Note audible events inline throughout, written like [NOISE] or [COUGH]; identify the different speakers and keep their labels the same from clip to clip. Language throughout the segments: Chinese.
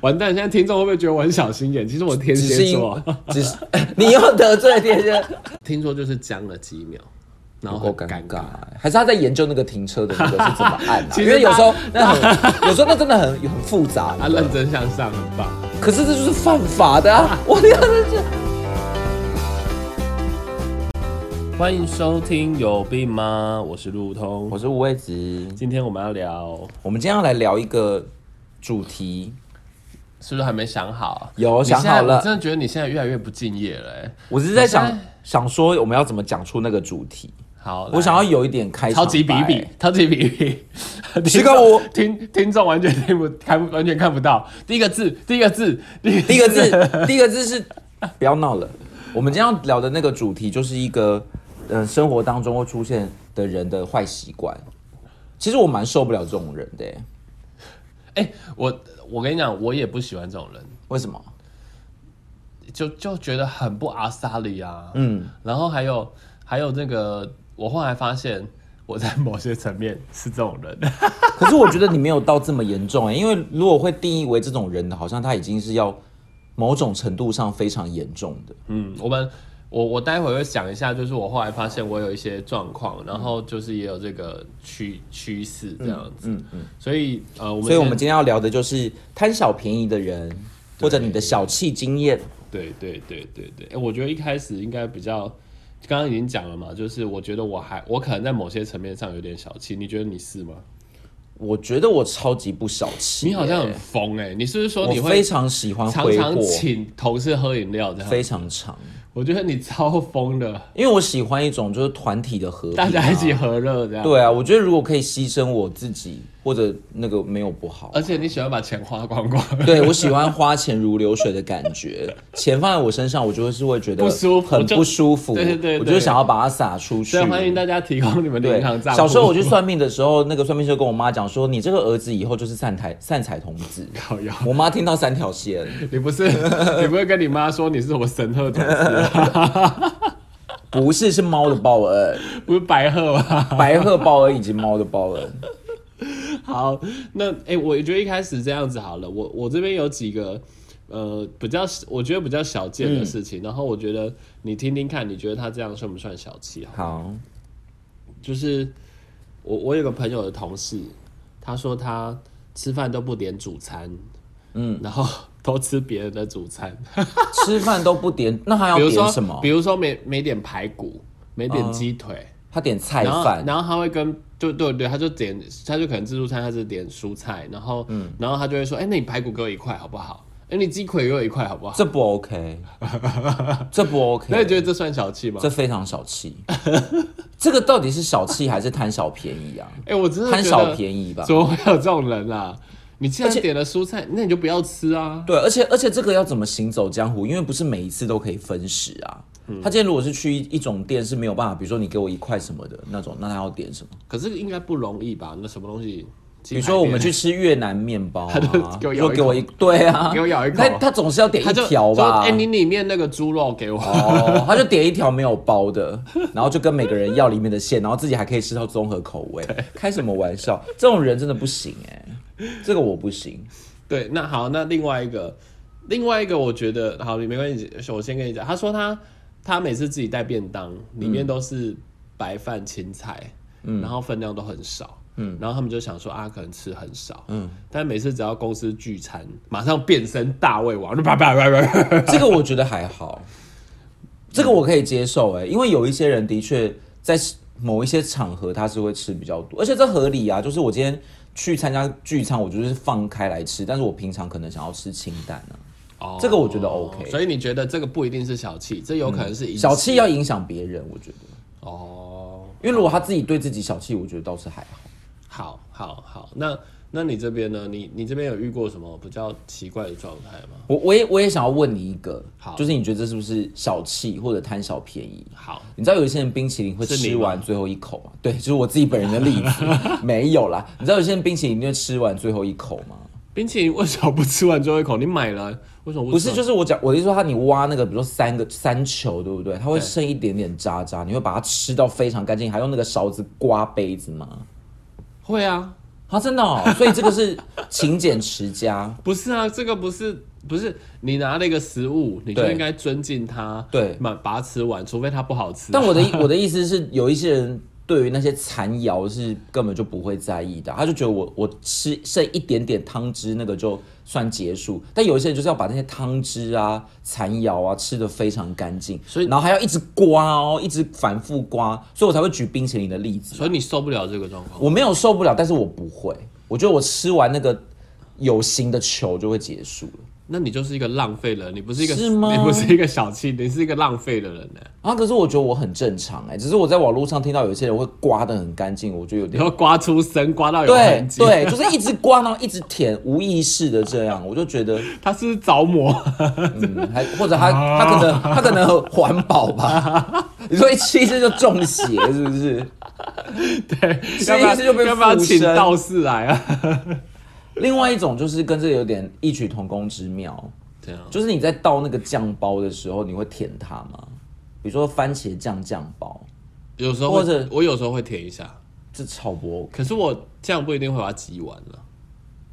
Speaker 1: 完蛋！现在听众会不会觉得我很小心眼？其实我天
Speaker 2: 只是
Speaker 1: 蝎
Speaker 2: 因
Speaker 1: [LAUGHS] 座，
Speaker 2: 只是你又得罪了
Speaker 1: [LAUGHS]
Speaker 2: 天蝎，
Speaker 1: 听说就是僵了几秒，然后
Speaker 2: 不够
Speaker 1: 很
Speaker 2: 尴
Speaker 1: 尴
Speaker 2: 尬。还是他在研究那个停车的那个是怎么按、啊？
Speaker 1: [LAUGHS] 其
Speaker 2: 因
Speaker 1: 实
Speaker 2: 为有
Speaker 1: 他
Speaker 2: 时候那很，有时候那真的很很复杂。
Speaker 1: 他啊认真向上，很棒。
Speaker 2: 可是这就是犯法的啊！我要是这。
Speaker 1: 欢迎收听《有病吗》，我是路通
Speaker 2: [LAUGHS] 我。是吴畏吉，
Speaker 1: 今天我们要聊，
Speaker 2: 我们今天要来聊一个主题，
Speaker 1: 是不是还没想好？
Speaker 2: 有
Speaker 1: 你现在
Speaker 2: 想好了
Speaker 1: 我真的觉得你现在越来越不敬业了、欸。
Speaker 2: 我只是在
Speaker 1: 我
Speaker 2: 想
Speaker 1: 现
Speaker 2: 想说我们要怎么讲出那个主题，
Speaker 1: 好，
Speaker 2: 我
Speaker 1: 来
Speaker 2: 想要有一点开场
Speaker 1: 超级比
Speaker 2: 白
Speaker 1: 比，超级比 [LAUGHS] 比。
Speaker 2: 十个五
Speaker 1: 听听众完全听不看不完全看不到。第一个字，第一个字，第一
Speaker 2: 第一个字，第一个字是不要闹了。我们今天要聊的那个主题就是一个，嗯、生活当中会出现的人的坏习惯。其实我蛮受不了这种人的欸耶，
Speaker 1: [LAUGHS] 哎、我我跟你讲，我也不喜欢这种人，
Speaker 2: 为什么？
Speaker 1: 就就觉得很不阿萨里啊。
Speaker 2: 嗯，
Speaker 1: 然后还有还有那个，我后来发现我在某些层面是这种
Speaker 2: [LAUGHS]
Speaker 1: 人，
Speaker 2: 可是我觉得你没有到这么严重哎，因为如果会定义为这种人的，好像他已经是要某种程度上非常严重的。
Speaker 1: 嗯，我们我我待会会讲一下，就是我后来发现我有一些状况，然后就是也有这个趋趋势这样子，
Speaker 2: 嗯嗯，
Speaker 1: 所以呃，我们
Speaker 2: 所以我们
Speaker 1: 先
Speaker 2: 今天要聊的就是贪小便宜的人，或者你的小气经验。
Speaker 1: 对对对对对，哎我觉得一开始应该比较。刚刚已经讲了嘛，就是我觉得我还我可能在某些层面上有点小气，你觉得你是吗？
Speaker 2: 我觉得我超级不小气耶，
Speaker 1: 你好像很疯哎、你是不是说你
Speaker 2: 我
Speaker 1: 会
Speaker 2: 非常喜欢
Speaker 1: 常
Speaker 2: 挥
Speaker 1: 常
Speaker 2: 霍，
Speaker 1: 请同事喝饮料这样？
Speaker 2: 非常长。
Speaker 1: 我觉得你超疯的，
Speaker 2: 因为我喜欢一种就是团体的合、啊，
Speaker 1: 大家一起。和乐这样。，
Speaker 2: 对啊，我觉得如果可以牺牲我自己或者那个没有不好
Speaker 1: 而，且你喜欢把钱花光
Speaker 2: [LAUGHS]
Speaker 1: 光，
Speaker 2: 对我喜欢花钱如流水的感
Speaker 1: [LAUGHS]
Speaker 2: 觉，钱放在我身上，我就会是会觉得
Speaker 1: 不舒服
Speaker 2: 很
Speaker 1: 就
Speaker 2: 不舒服，
Speaker 1: 对对对
Speaker 2: 我就
Speaker 1: 对
Speaker 2: 想要把它撒出去
Speaker 1: 所以。欢迎大家提供你们的
Speaker 2: 对
Speaker 1: 银行，账户。
Speaker 2: 小时候我去算命的时候，那个算命师就跟我妈讲说，你这个儿子以后就是散财 [LAUGHS] 散财童子。
Speaker 1: 烤鸭，
Speaker 2: 我妈听到三条线，
Speaker 1: 你不是 [LAUGHS] 你不会跟你妈说你是我神鹤同事，
Speaker 2: 不是是猫的报恩，
Speaker 1: 不是白鹤吗？ [LAUGHS]
Speaker 2: 白鹤报恩以及猫的报恩。
Speaker 1: 好，那哎、诶我觉得一开始这样子好了，我我这边有几个。呃，比较我觉得比较小件
Speaker 2: 嗯
Speaker 1: 的事情，然后我觉得你听听看，你觉得他这样算不算小气？啊好，
Speaker 2: 好，
Speaker 1: 就是我我有个朋友的同事，他说他吃饭都不点主餐，
Speaker 2: 嗯，
Speaker 1: 然后 [LAUGHS] 都吃别人的主餐，
Speaker 2: 吃饭都不点，那还要
Speaker 1: 比如
Speaker 2: 点
Speaker 1: 说
Speaker 2: 什么
Speaker 1: 比？如说没没点排骨，没点
Speaker 2: 嗯
Speaker 1: 鸡腿，
Speaker 2: 他点菜
Speaker 1: 然后
Speaker 2: 饭，
Speaker 1: 然后他会跟就对对，他就点他就可能自助餐，他是点蔬菜，然后、
Speaker 2: 嗯
Speaker 1: 然后他就会说，哎、那你排骨给我一块好不好？哎、你鸡腿给我一块好不好？
Speaker 2: 这不 OK，这不 OK。
Speaker 1: [LAUGHS] 那你觉得这算小气吗
Speaker 2: 这？非常小气？ [LAUGHS] 这个到底是小气还是贪小便宜啊？
Speaker 1: 哎、我真的
Speaker 2: 贪
Speaker 1: 觉
Speaker 2: 小
Speaker 1: 得
Speaker 2: 便宜吧
Speaker 1: 怎。么会有这种人啊？你既然
Speaker 2: 而且
Speaker 1: 点了蔬菜，那你就不要吃啊。
Speaker 2: 对，而且而且这个要怎么行走江湖？因为不是每一次都可以分食啊。
Speaker 1: 嗯
Speaker 2: 他今天如果是去一一种店是没有办法，比如说你给我一块什么的那种，那他要点什么？
Speaker 1: 可是应该不容易吧？那什么东西？
Speaker 2: 比
Speaker 1: 比
Speaker 2: 如说我们去吃越南面包、
Speaker 1: 他
Speaker 2: 啊，
Speaker 1: 就给我咬一口
Speaker 2: 就给我一对啊，
Speaker 1: 给我咬一口
Speaker 2: 他他总是要点
Speaker 1: 他
Speaker 2: 一
Speaker 1: 就
Speaker 2: 条
Speaker 1: 说
Speaker 2: 吧？
Speaker 1: 哎、你里面那个猪肉给我。
Speaker 2: 哦，他就点一条没有包的，然后就跟每个人要里面的馅，然后自己还可以吃到综合口味，开什么玩笑？这种人真的不行哎、这个我不行。
Speaker 1: 对，那好，那另外一个，另外一个，我觉得好，你没关系，我先跟你讲，他说他他每次自己带便当，里面都是白饭、青菜，
Speaker 2: 嗯
Speaker 1: 然后分量都很少，嗯，然后他们就想说啊，可能吃很少，嗯，但每次只要公司聚餐，马上变身大胃王，就
Speaker 2: 嗯
Speaker 1: 啪啪啪啪啪，
Speaker 2: 这个我觉得还好，这个我可以接受哎、因为有一些人的确在某一些场合他是会吃比较多，而且这合理啊。就是我今天去参加聚餐，我就是放开来吃，但是我平常可能想要吃清淡啊。
Speaker 1: 哦
Speaker 2: 这个我觉得 OK
Speaker 1: 所以你觉得这个不一定是小气，这有可能是饮食
Speaker 2: 小气要影响别人，我觉得，
Speaker 1: 哦，
Speaker 2: 因为如果他自己对自己小气，我觉得倒是还好。
Speaker 1: 好，好，好，那那你这边呢？你你这边有遇过什么比较奇怪的状态吗？
Speaker 2: 我我也我也想要问你一个
Speaker 1: 好，
Speaker 2: 就是你觉得这是不是小气或者贪小便宜？
Speaker 1: 好。
Speaker 2: 你知道有一些人冰淇淋会
Speaker 1: 是你
Speaker 2: 吃
Speaker 1: 吗
Speaker 2: 完最后一口吗？对，就是我自己本人的例子， [LAUGHS] 没有啦。你知道有些人冰淇淋会吃完最后一口吗？
Speaker 1: 冰淇淋为什么不吃完最后一口？你买了为什么
Speaker 2: 不
Speaker 1: 吃
Speaker 2: 是，
Speaker 1: 完
Speaker 2: 就是我讲我的意思说，他你挖那个，比如说三个三球，对不对？它会
Speaker 1: 对
Speaker 2: 剩一点点渣渣，你会把它吃到非常干净，还用那个勺子刮杯子吗？
Speaker 1: 会啊？
Speaker 2: 啊，真的、哦， [LAUGHS] 所以这个是勤俭持家，
Speaker 1: 不是啊，这个不是不是你拿那个食物，你就
Speaker 2: 对
Speaker 1: 应该尊敬它，
Speaker 2: 对
Speaker 1: 把把它吃完，除非它不好吃。
Speaker 2: [LAUGHS]
Speaker 1: 啊
Speaker 2: 但我的意我的意
Speaker 1: [LAUGHS]
Speaker 2: 思是，有一些人对于那些残肴是根本就不会在意的，他就觉得我我吃剩一点点汤汁，那个就算结束。但有一些人就是要把那些汤汁啊、残肴啊吃得非常干净，
Speaker 1: 所以
Speaker 2: 然后还要一直刮哦，一直反复刮，所以我才会举冰淇淋的例子。
Speaker 1: 所以你受不了这个状况。
Speaker 2: 我没有受不了，但是我不会，我觉得我吃完那个有形的球就会结束了。
Speaker 1: 那你就是一个浪费人，你不是一个，
Speaker 2: 是吗
Speaker 1: [LAUGHS] 你不是一个小气，你是一个浪费的人呢、
Speaker 2: 啊，可是我觉得我很正常哎、只是我在网络上听到有些人会刮得很干净，我就有点
Speaker 1: 你要刮出声，刮到有
Speaker 2: 对
Speaker 1: 痕迹，
Speaker 2: 对，就是一直刮，然后一直舔，无意识的这样，我就觉得，
Speaker 1: 他是不是着魔，
Speaker 2: 嗯，还或者他他可能他可能环保吧？ [LAUGHS] 你说一吃一次就中邪是不是？
Speaker 1: 对，
Speaker 2: 吃
Speaker 1: 要不
Speaker 2: 一
Speaker 1: 要
Speaker 2: 次就被
Speaker 1: 要不要
Speaker 2: 附
Speaker 1: 请
Speaker 2: 身
Speaker 1: 道士来啊？
Speaker 2: 另外一种就是跟这个有点异曲同工之妙，
Speaker 1: 这样，
Speaker 2: 就是你在倒那个酱包的时候，你会舔它吗？比如说番茄酱酱包，
Speaker 1: 有时候会
Speaker 2: 或者
Speaker 1: 我有时候会舔一下，
Speaker 2: 这超不 OK。
Speaker 1: 可是我这样不一定会把它挤完了。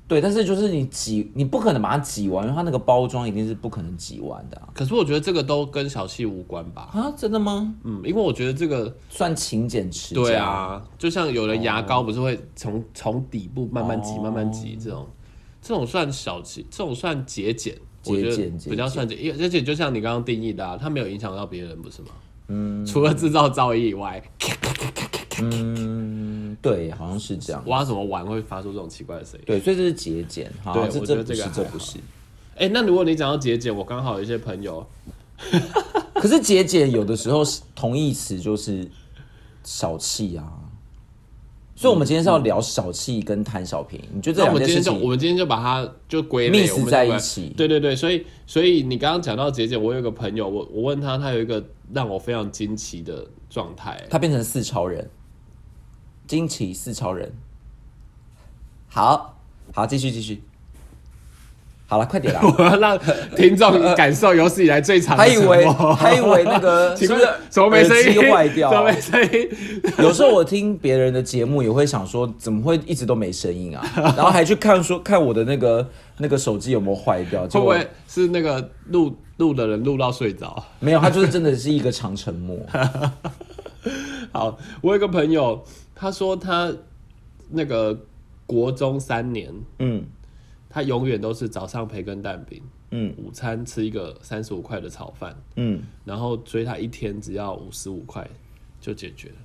Speaker 2: 对，但是就是你挤，你不可能把它挤完，因为它那个包装一定是不可能挤完的啊。
Speaker 1: 可是我觉得这个都跟小气无关吧，
Speaker 2: 啊，真的吗？
Speaker 1: 嗯，因为我觉得这个
Speaker 2: 算勤俭持家。
Speaker 1: 对，啊，就像有人牙膏不是会从从底部慢慢挤、
Speaker 2: 哦
Speaker 1: 慢慢挤这种，这种算小气，这种算节俭，我觉
Speaker 2: 节
Speaker 1: 得
Speaker 2: 俭节
Speaker 1: 比较算节，因为而且就像你刚刚定义的、啊，它没有影响到别人，不是吗？嗯，除了制造噪音以外， [LAUGHS]
Speaker 2: 嗯，对，好像是这样。
Speaker 1: 挖什么碗会发出这种奇怪的声音？
Speaker 2: 对，所以这是节俭，好，
Speaker 1: 对
Speaker 2: 这
Speaker 1: 我觉
Speaker 2: 这
Speaker 1: 得
Speaker 2: 不
Speaker 1: 这
Speaker 2: 是
Speaker 1: 个
Speaker 2: 这
Speaker 1: 还
Speaker 2: 不是。
Speaker 1: 哎、那如果你讲到节俭，我刚好有一些朋友，
Speaker 2: 可是节俭有的时候是同义词就是小气啊，所以我们今天是要聊小气跟贪小便宜。你觉得这
Speaker 1: 嗯那我
Speaker 2: 两
Speaker 1: 们今
Speaker 2: 件
Speaker 1: 天
Speaker 2: 事
Speaker 1: 就我
Speaker 2: 情？
Speaker 1: 们今天就把它就归类
Speaker 2: Mix
Speaker 1: 我们就
Speaker 2: 在一
Speaker 1: 把它
Speaker 2: 起
Speaker 1: 对对对，所以所以你刚刚讲到节俭，我有一个朋友，我我问他，他有一个让我非常惊奇的状态， [LAUGHS]
Speaker 2: 他变成四超人，惊奇四超人。好，好，继续继续。好了，快点
Speaker 1: [LAUGHS]
Speaker 2: 啦！
Speaker 1: 我要让听众感受有史以来最长的
Speaker 2: 还以
Speaker 1: 沉默。
Speaker 2: 为 [LAUGHS] 还以为
Speaker 1: [LAUGHS]
Speaker 2: 那个
Speaker 1: 请
Speaker 2: 是不
Speaker 1: 问
Speaker 2: 是
Speaker 1: 怎么没声
Speaker 2: 耳机
Speaker 1: 音？
Speaker 2: 坏掉啊
Speaker 1: 怎么没声音？
Speaker 2: [LAUGHS] 有时候我听别人的节目也会想说，怎么会一直都没
Speaker 1: [LAUGHS]
Speaker 2: 声音啊？然后还去看说看我的那个那个手机有没有坏掉，
Speaker 1: 会
Speaker 2: 结
Speaker 1: 不
Speaker 2: 果
Speaker 1: 会是那个录录的人录到睡着？
Speaker 2: 没有，它就是真的是一个长
Speaker 1: [LAUGHS]
Speaker 2: 沉默。
Speaker 1: 好，我有一个朋友，他说他那个国中三年，
Speaker 2: 嗯
Speaker 1: 他永远都是早上培根蛋饼，
Speaker 2: 嗯
Speaker 1: 午餐吃一个三十五块的炒饭，
Speaker 2: 嗯，
Speaker 1: 然后所以他一天只要五十五块就解决了。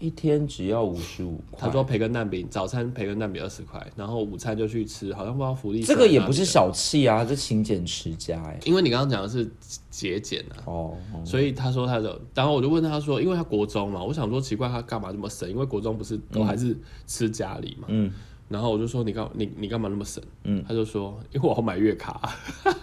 Speaker 2: 一天只要五十五块
Speaker 1: 他，说培根蛋饼，早餐培根蛋饼二十块，然后午餐就去吃，好像不知道福利社
Speaker 2: 这个也
Speaker 1: 哪里
Speaker 2: 不是
Speaker 1: 的
Speaker 2: 小气啊，这勤俭持家哎、
Speaker 1: 因为你刚刚讲的是节俭啊， [LAUGHS]
Speaker 2: 哦，哦
Speaker 1: 所以他说他的，然后我就问他说，因为他国中嘛，我想说奇怪他干嘛这么省，因为国中不是都还是吃家里嘛，
Speaker 2: 嗯
Speaker 1: 然后我就说你干你你干嘛那么省？
Speaker 2: 嗯
Speaker 1: 他就说因为我要买月卡 [LAUGHS]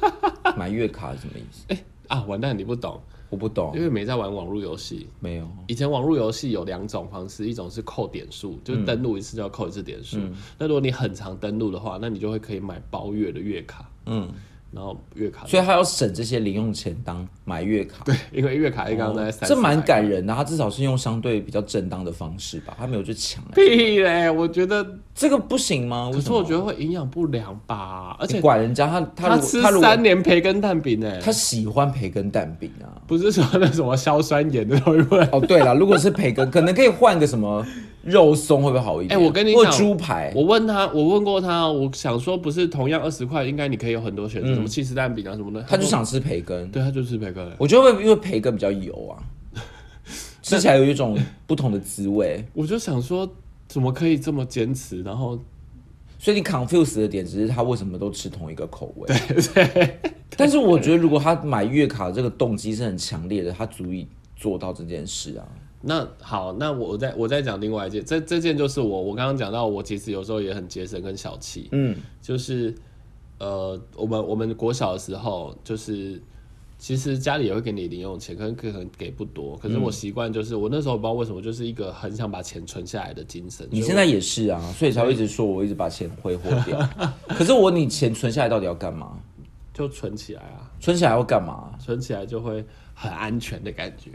Speaker 2: 买月卡是什么意思？
Speaker 1: 啊，完蛋你不懂，
Speaker 2: 我不懂
Speaker 1: 因，为没在玩网络游戏。
Speaker 2: 没有。
Speaker 1: 以前网络游戏有两种方式，一种是扣点数，
Speaker 2: 嗯
Speaker 1: 就是登录一次就要扣一次点数。那如果你很常登录的话，那你就会可以买包月的月卡，
Speaker 2: 嗯，
Speaker 1: 然后月卡，
Speaker 2: 所以他要省这些零用钱当买月卡，对，
Speaker 1: [LAUGHS] 因为月卡一刚刚在三、
Speaker 2: 哦这蛮感人的。他至少是用相对比较正当的方式吧，他没有去抢、欸。
Speaker 1: 屁嘞！我觉得
Speaker 2: 这个不行吗？
Speaker 1: 可是我觉
Speaker 2: 得，
Speaker 1: 得会营养不良吧，而
Speaker 2: 你
Speaker 1: 且
Speaker 2: 管人家他他
Speaker 1: 他
Speaker 2: 如
Speaker 1: 吃
Speaker 2: 果他如果
Speaker 1: 三年培根蛋饼哎、
Speaker 2: 他喜欢培根蛋饼啊。
Speaker 1: 不是说那什么硝酸盐的东西
Speaker 2: [LAUGHS]
Speaker 1: 会。
Speaker 2: 哦，对了，如果是培根，可能可以换个什么肉松，会不会好一点？
Speaker 1: 哎我跟你
Speaker 2: 或
Speaker 1: 讲
Speaker 2: 猪排，
Speaker 1: 我问他，我问过他，我想说不是同样二十块，应该你可以有很多选择，什么起司蛋饼啊什么的。
Speaker 2: 嗯他就
Speaker 1: 说
Speaker 2: 想吃培根。
Speaker 1: 对，他就吃培根。欸
Speaker 2: 我觉得会不会因为培根比较油啊，吃起来有一种不同的滋味。
Speaker 1: 我就想说，怎么可以这么坚持？然后
Speaker 2: 所以你 confuse 的点只是他为什么都吃同一个口味。对但是我觉得如果他买月卡这个动机是很强烈的，他足以做到这件事啊。
Speaker 1: 那好，那我再我再讲另外一件，这这件就是我我刚刚讲到，我其实有时候也很节省跟小气。
Speaker 2: 嗯，
Speaker 1: 就是呃，我们我们国小的时候，就是其实家里也会给你零用钱，可能可能给不多，可是我习惯就是、我那时候不知道为什么，就是一个很想把钱存下来的精神。
Speaker 2: 你
Speaker 1: 所以
Speaker 2: 现在也是啊，所以才会一直说我一直把钱挥霍掉。可是我，你钱存下来到底要干嘛？
Speaker 1: 我就存起来啊，
Speaker 2: 存起来要干嘛？
Speaker 1: 存起来就会很安全的感觉。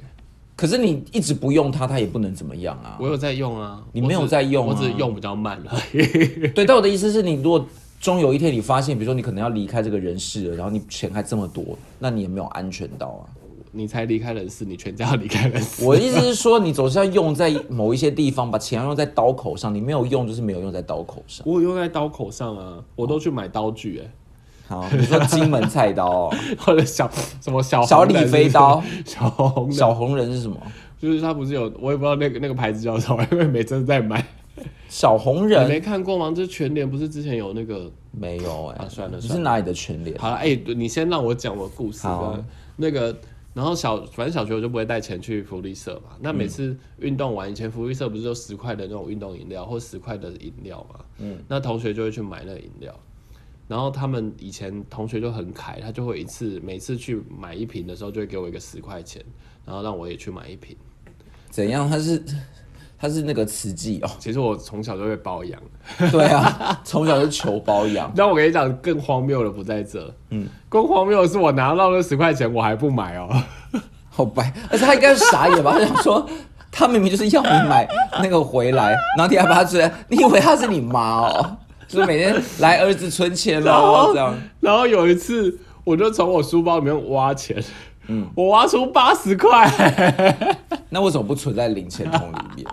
Speaker 2: 可是你一直不用它，它也不能怎么样啊。
Speaker 1: 我有在用啊，
Speaker 2: 你
Speaker 1: 我
Speaker 2: 没有
Speaker 1: 只
Speaker 2: 在用
Speaker 1: 我只是
Speaker 2: 啊
Speaker 1: 用比较慢了。
Speaker 2: 对，但我的意思是你如果终有一天你发现，比如说你可能要离开这个人世了，然后你钱还这么多，那你也没有安全到啊。
Speaker 1: 你才离开人世，你全家要离开人
Speaker 2: [LAUGHS]
Speaker 1: 世。
Speaker 2: 我的意思是说，你总是要用在某一些地方，把钱要用在刀口上，你没有用就是没有用在刀口上。
Speaker 1: 我有用在刀口上啊，我都去买刀具
Speaker 2: [LAUGHS]
Speaker 1: 哎、
Speaker 2: 好，比如说金门菜刀哦、
Speaker 1: 或者小什么 [LAUGHS] 小
Speaker 2: 小
Speaker 1: 红人
Speaker 2: 李
Speaker 1: 是
Speaker 2: 飞刀、
Speaker 1: [LAUGHS] 小红人
Speaker 2: 小红人是什么？
Speaker 1: 就是它不是有，我也不知道那个那个牌子叫什么，因为没真的在买。
Speaker 2: 小红
Speaker 1: 你
Speaker 2: 人
Speaker 1: 没看过吗？就是全联不是之前有那个？
Speaker 2: 没有哎、
Speaker 1: 啊算了
Speaker 2: 你是
Speaker 1: 算
Speaker 2: 哪里的全脸？
Speaker 1: 好了，哎、你先让我讲我故事
Speaker 2: 好
Speaker 1: 吧。那个，然后小反正小学我就不会带钱去福利社嘛。那每次运动完，以前福利社不是就十块的那种运动饮料或十块的饮料嘛？嗯，那同学就会去买那个饮料。然后他们以前同学就很凯，他就会一次每次去买一瓶的时候，就会给我一个十块钱，然后让我也去买一瓶。
Speaker 2: 怎样？他是他是那个慈济哦， [LAUGHS]
Speaker 1: 其实我从小就被包养，
Speaker 2: 对啊，从小就求包养。 [LAUGHS]
Speaker 1: 但我跟你讲，更荒谬的不在这，嗯，更荒谬的是我拿到那十块钱，我还不买哦。 [LAUGHS]
Speaker 2: 好白，而且他应该是傻眼吧？他想说，他明明就是要你买那个回来，然后你还把他追来，你以为他是你妈哦？就是每天来儿子存钱喽，这样。
Speaker 1: 然后有一次，我就从我书包里面挖钱，我挖出八十块， [LAUGHS]
Speaker 2: 那为什么不存在零钱桶里面？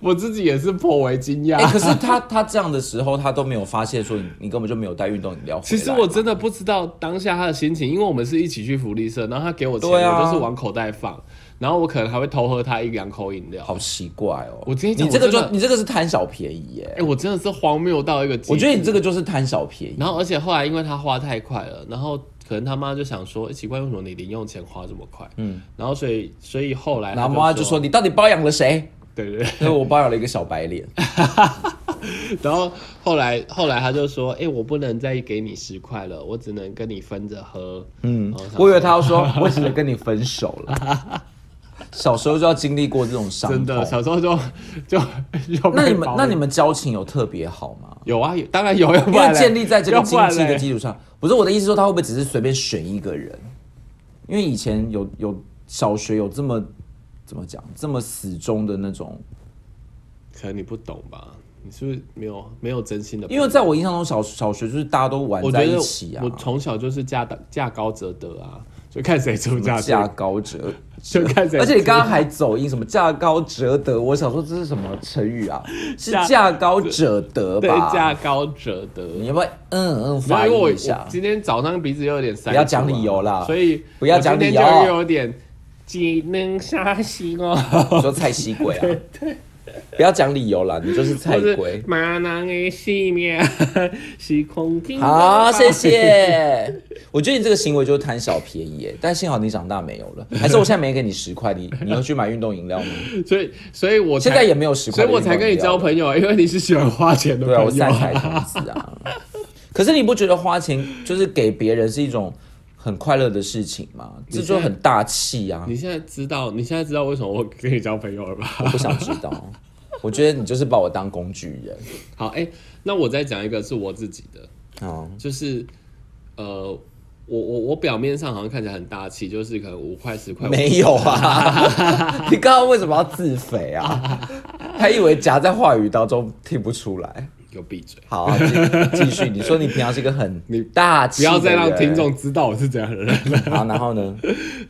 Speaker 1: 我自己也是颇为惊 [LAUGHS] 讶。
Speaker 2: 哎、可是他他这样的时候，他都没有发现说你你根本就没有带运动饮料回来。
Speaker 1: 其实我真的不知道当下他的心情，因为我们是一起去福利社，然后他给我钱，
Speaker 2: 对啊
Speaker 1: 我就是往口袋放，然后我可能还会偷喝他一两口饮料。
Speaker 2: 好奇怪哦。
Speaker 1: 我直接讲
Speaker 2: 你这个
Speaker 1: 我真
Speaker 2: 就
Speaker 1: 的
Speaker 2: 你这个是贪小便宜耶、
Speaker 1: 哎、我真的是荒谬到一个极
Speaker 2: 我觉得
Speaker 1: 致
Speaker 2: 你这个就是贪小便宜。
Speaker 1: 然后而且后来因为他花太快了，然后可能他妈就想说，欸奇怪，为什么你零用钱花这么快？嗯，然后所以所以后来他
Speaker 2: 然后妈妈就
Speaker 1: [LAUGHS]
Speaker 2: 说：“，你到底包养了谁
Speaker 1: 对对对，？”
Speaker 2: [LAUGHS] 所以我包养了一个小白脸。
Speaker 1: 然后后来后来他就说，哎、我不能再给你十块了，我只能跟你分着喝。嗯，
Speaker 2: [LAUGHS] 我以为他要说，我只能跟你分手了。 [LAUGHS] 小时候就要经历过这种伤
Speaker 1: 真
Speaker 2: 痛。
Speaker 1: 的小时候就 [LAUGHS] 就就
Speaker 2: 那你
Speaker 1: 被
Speaker 2: 们
Speaker 1: 包
Speaker 2: 那你们交情有特别好吗？
Speaker 1: 有啊，有当然有，要 [LAUGHS] 不
Speaker 2: 因为
Speaker 1: 然嘞
Speaker 2: 建立在这个
Speaker 1: 要不
Speaker 2: 经
Speaker 1: 然
Speaker 2: 济的
Speaker 1: 嘞
Speaker 2: 基础上，不是我的意思说他会不会只是随便选一个人？因为以前有有小学有这么怎么讲这么死忠的那种，
Speaker 1: 可能你不懂吧？你是不是没有没有真心的朋
Speaker 2: 因
Speaker 1: 友？
Speaker 2: 为在我印象中小小学就是大家都玩
Speaker 1: 我觉
Speaker 2: 在一
Speaker 1: 得
Speaker 2: 起啊
Speaker 1: 我，从小就是价大价高者得啊，就看谁出价最
Speaker 2: 价高者。
Speaker 1: 就看谁出。
Speaker 2: 而且你刚刚还走音，什么价高者得，我想说这是什么成语
Speaker 1: [LAUGHS]
Speaker 2: 啊？是
Speaker 1: 价
Speaker 2: 价高者得
Speaker 1: 对
Speaker 2: 吧？
Speaker 1: 价高者得。
Speaker 2: 你要不要嗯嗯
Speaker 1: 没
Speaker 2: 发
Speaker 1: 有因为我
Speaker 2: 音一
Speaker 1: 我
Speaker 2: 下？
Speaker 1: 今天早上鼻子有点塞住啊，
Speaker 2: 不要讲理由啦
Speaker 1: 所以
Speaker 2: 不要讲理由
Speaker 1: 我今天就有点只能杀心
Speaker 2: [LAUGHS]
Speaker 1: 哦，
Speaker 2: 你说菜西
Speaker 1: [LAUGHS]
Speaker 2: 鬼啊？不要讲理由啦，你就是菜
Speaker 1: 或
Speaker 2: 龟
Speaker 1: [LAUGHS] 是。马郎的性命是空境。
Speaker 2: 好，谢。谢。 [LAUGHS] 我觉得你这个行为就是贪小便宜耶，但幸好你长大没有了。还是我现在没给你十块，你你要去买运动饮料吗？
Speaker 1: 所以，所以 [LAUGHS] 我才
Speaker 2: 现在也没有
Speaker 1: 所
Speaker 2: 十块
Speaker 1: 以
Speaker 2: 的运动
Speaker 1: 我
Speaker 2: 饮料了，
Speaker 1: 才跟你交朋友啊，因为你是喜欢花钱的
Speaker 2: 对啊，我
Speaker 1: 朋友
Speaker 2: 散财
Speaker 1: 啊。
Speaker 2: 童
Speaker 1: [LAUGHS]
Speaker 2: 子啊。可是你不觉得花钱就是给别人是一种很快乐的事情吗？这就很大气啊！
Speaker 1: 你现在知道，你现在知道为什么我跟你交朋友了吧？
Speaker 2: 我不想知道，
Speaker 1: [LAUGHS]
Speaker 2: 我觉得你就是把我当工具人。
Speaker 1: 好，哎、那我再讲一个是我自己的，
Speaker 2: 哦，
Speaker 1: 就是呃，我我我表面上好像看起来很大气，就是可能五块十块，
Speaker 2: [LAUGHS] 没有
Speaker 1: [LAUGHS]
Speaker 2: 啊！你刚刚为什么要自肥啊？还以为夹在话语当中听不出来。
Speaker 1: 给我闭嘴。
Speaker 2: 好，继继续。你说你平常是一个
Speaker 1: [LAUGHS]
Speaker 2: 很
Speaker 1: 你
Speaker 2: 大
Speaker 1: 不
Speaker 2: 气的
Speaker 1: 要
Speaker 2: 人，
Speaker 1: 再让听众知道我是怎样的人 [LAUGHS] 了。
Speaker 2: 好，然后呢？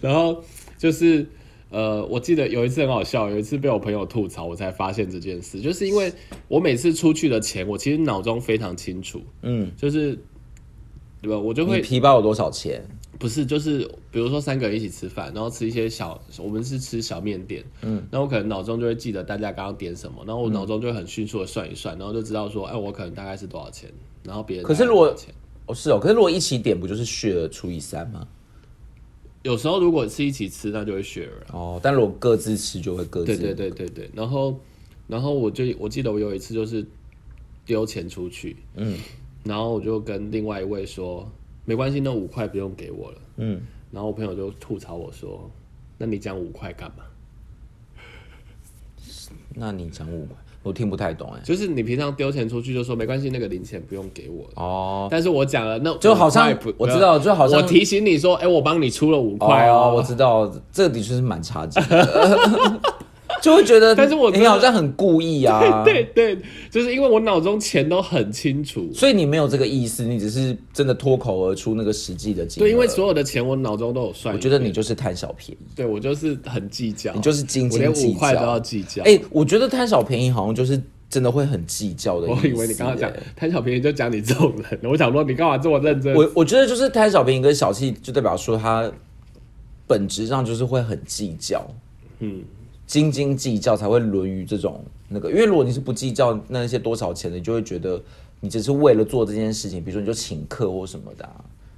Speaker 1: 然后就是呃，我记得有一次很好笑，有一次被我朋友吐槽，我才发现这件事，就是因为我每次出去的钱，我其实脑中非常清楚，
Speaker 2: 嗯，
Speaker 1: 就是对吧？我就
Speaker 2: 你
Speaker 1: [LAUGHS] 会
Speaker 2: 皮包有多少钱？
Speaker 1: 不是，就是比如说三个人一起吃饭，然后吃一些小，我们是吃小面店，嗯，那我可能脑中就会记得大家刚刚点什么，然后我脑中就会很迅速的算一算，然后就知道说，哎，我可能大概是多少钱，然后别人
Speaker 2: 可是
Speaker 1: 大概
Speaker 2: 如果
Speaker 1: 多少钱
Speaker 2: 哦，是哦。可是如果一起点，不就是血额除以三吗？
Speaker 1: 有时候如果是一起吃，那就会 share 啊
Speaker 2: 哦，但如果各自吃就会各自。
Speaker 1: 对对对对对，然后然后我就我记得我有一次就是丢钱出去，嗯，然后我就跟另外一位说，没关系，那五块不用给我了，
Speaker 2: 嗯，
Speaker 1: 然后我朋友就吐槽我说，那你讲五块干嘛？
Speaker 2: 那你讲五块，我听不太懂哎、
Speaker 1: 就是你平常丢钱出去就说没关系，那个零钱不用给我。
Speaker 2: 哦，
Speaker 1: 但是我讲了，那
Speaker 2: 就好
Speaker 1: 五块
Speaker 2: 像
Speaker 1: 不呃啊
Speaker 2: 我知道，就好像
Speaker 1: 我提醒你说，哎、我帮你出了五块
Speaker 2: 哦
Speaker 1: 哦，
Speaker 2: 我知道，这的确是蛮差劲的， [LAUGHS] 就会觉得，哎
Speaker 1: 但是我真
Speaker 2: 你
Speaker 1: 的
Speaker 2: 好像很故意
Speaker 1: [LAUGHS]
Speaker 2: 啊，
Speaker 1: 对对，就是因为我脑中钱都很清楚，
Speaker 2: 所以你没有这个意思，你只是真的脱口而出那个实际的金额。
Speaker 1: 对，因为所有的钱我脑中都有算。
Speaker 2: 我觉得你就是贪小便宜，
Speaker 1: 对我就是很计较，
Speaker 2: 你就是斤
Speaker 1: 哦我连
Speaker 2: 斤
Speaker 1: 五
Speaker 2: 计
Speaker 1: 块都要
Speaker 2: 较。
Speaker 1: 计较。
Speaker 2: 哎、我觉得贪小便宜好像就是真的会很计较的意
Speaker 1: [LAUGHS] 我
Speaker 2: 思、
Speaker 1: 以为你刚刚讲
Speaker 2: 哎
Speaker 1: 贪小便宜就讲你这种人，我想说你干嘛这么认真？
Speaker 2: 我我觉得就是贪小便宜跟小气，就代表说他本质上就是会很计较，嗯，斤斤计较才会沦于这种那个。因为如果你是不计较那些多少钱的，你就会觉得你只是为了做这件事情，比如说你就请客或什么的啊、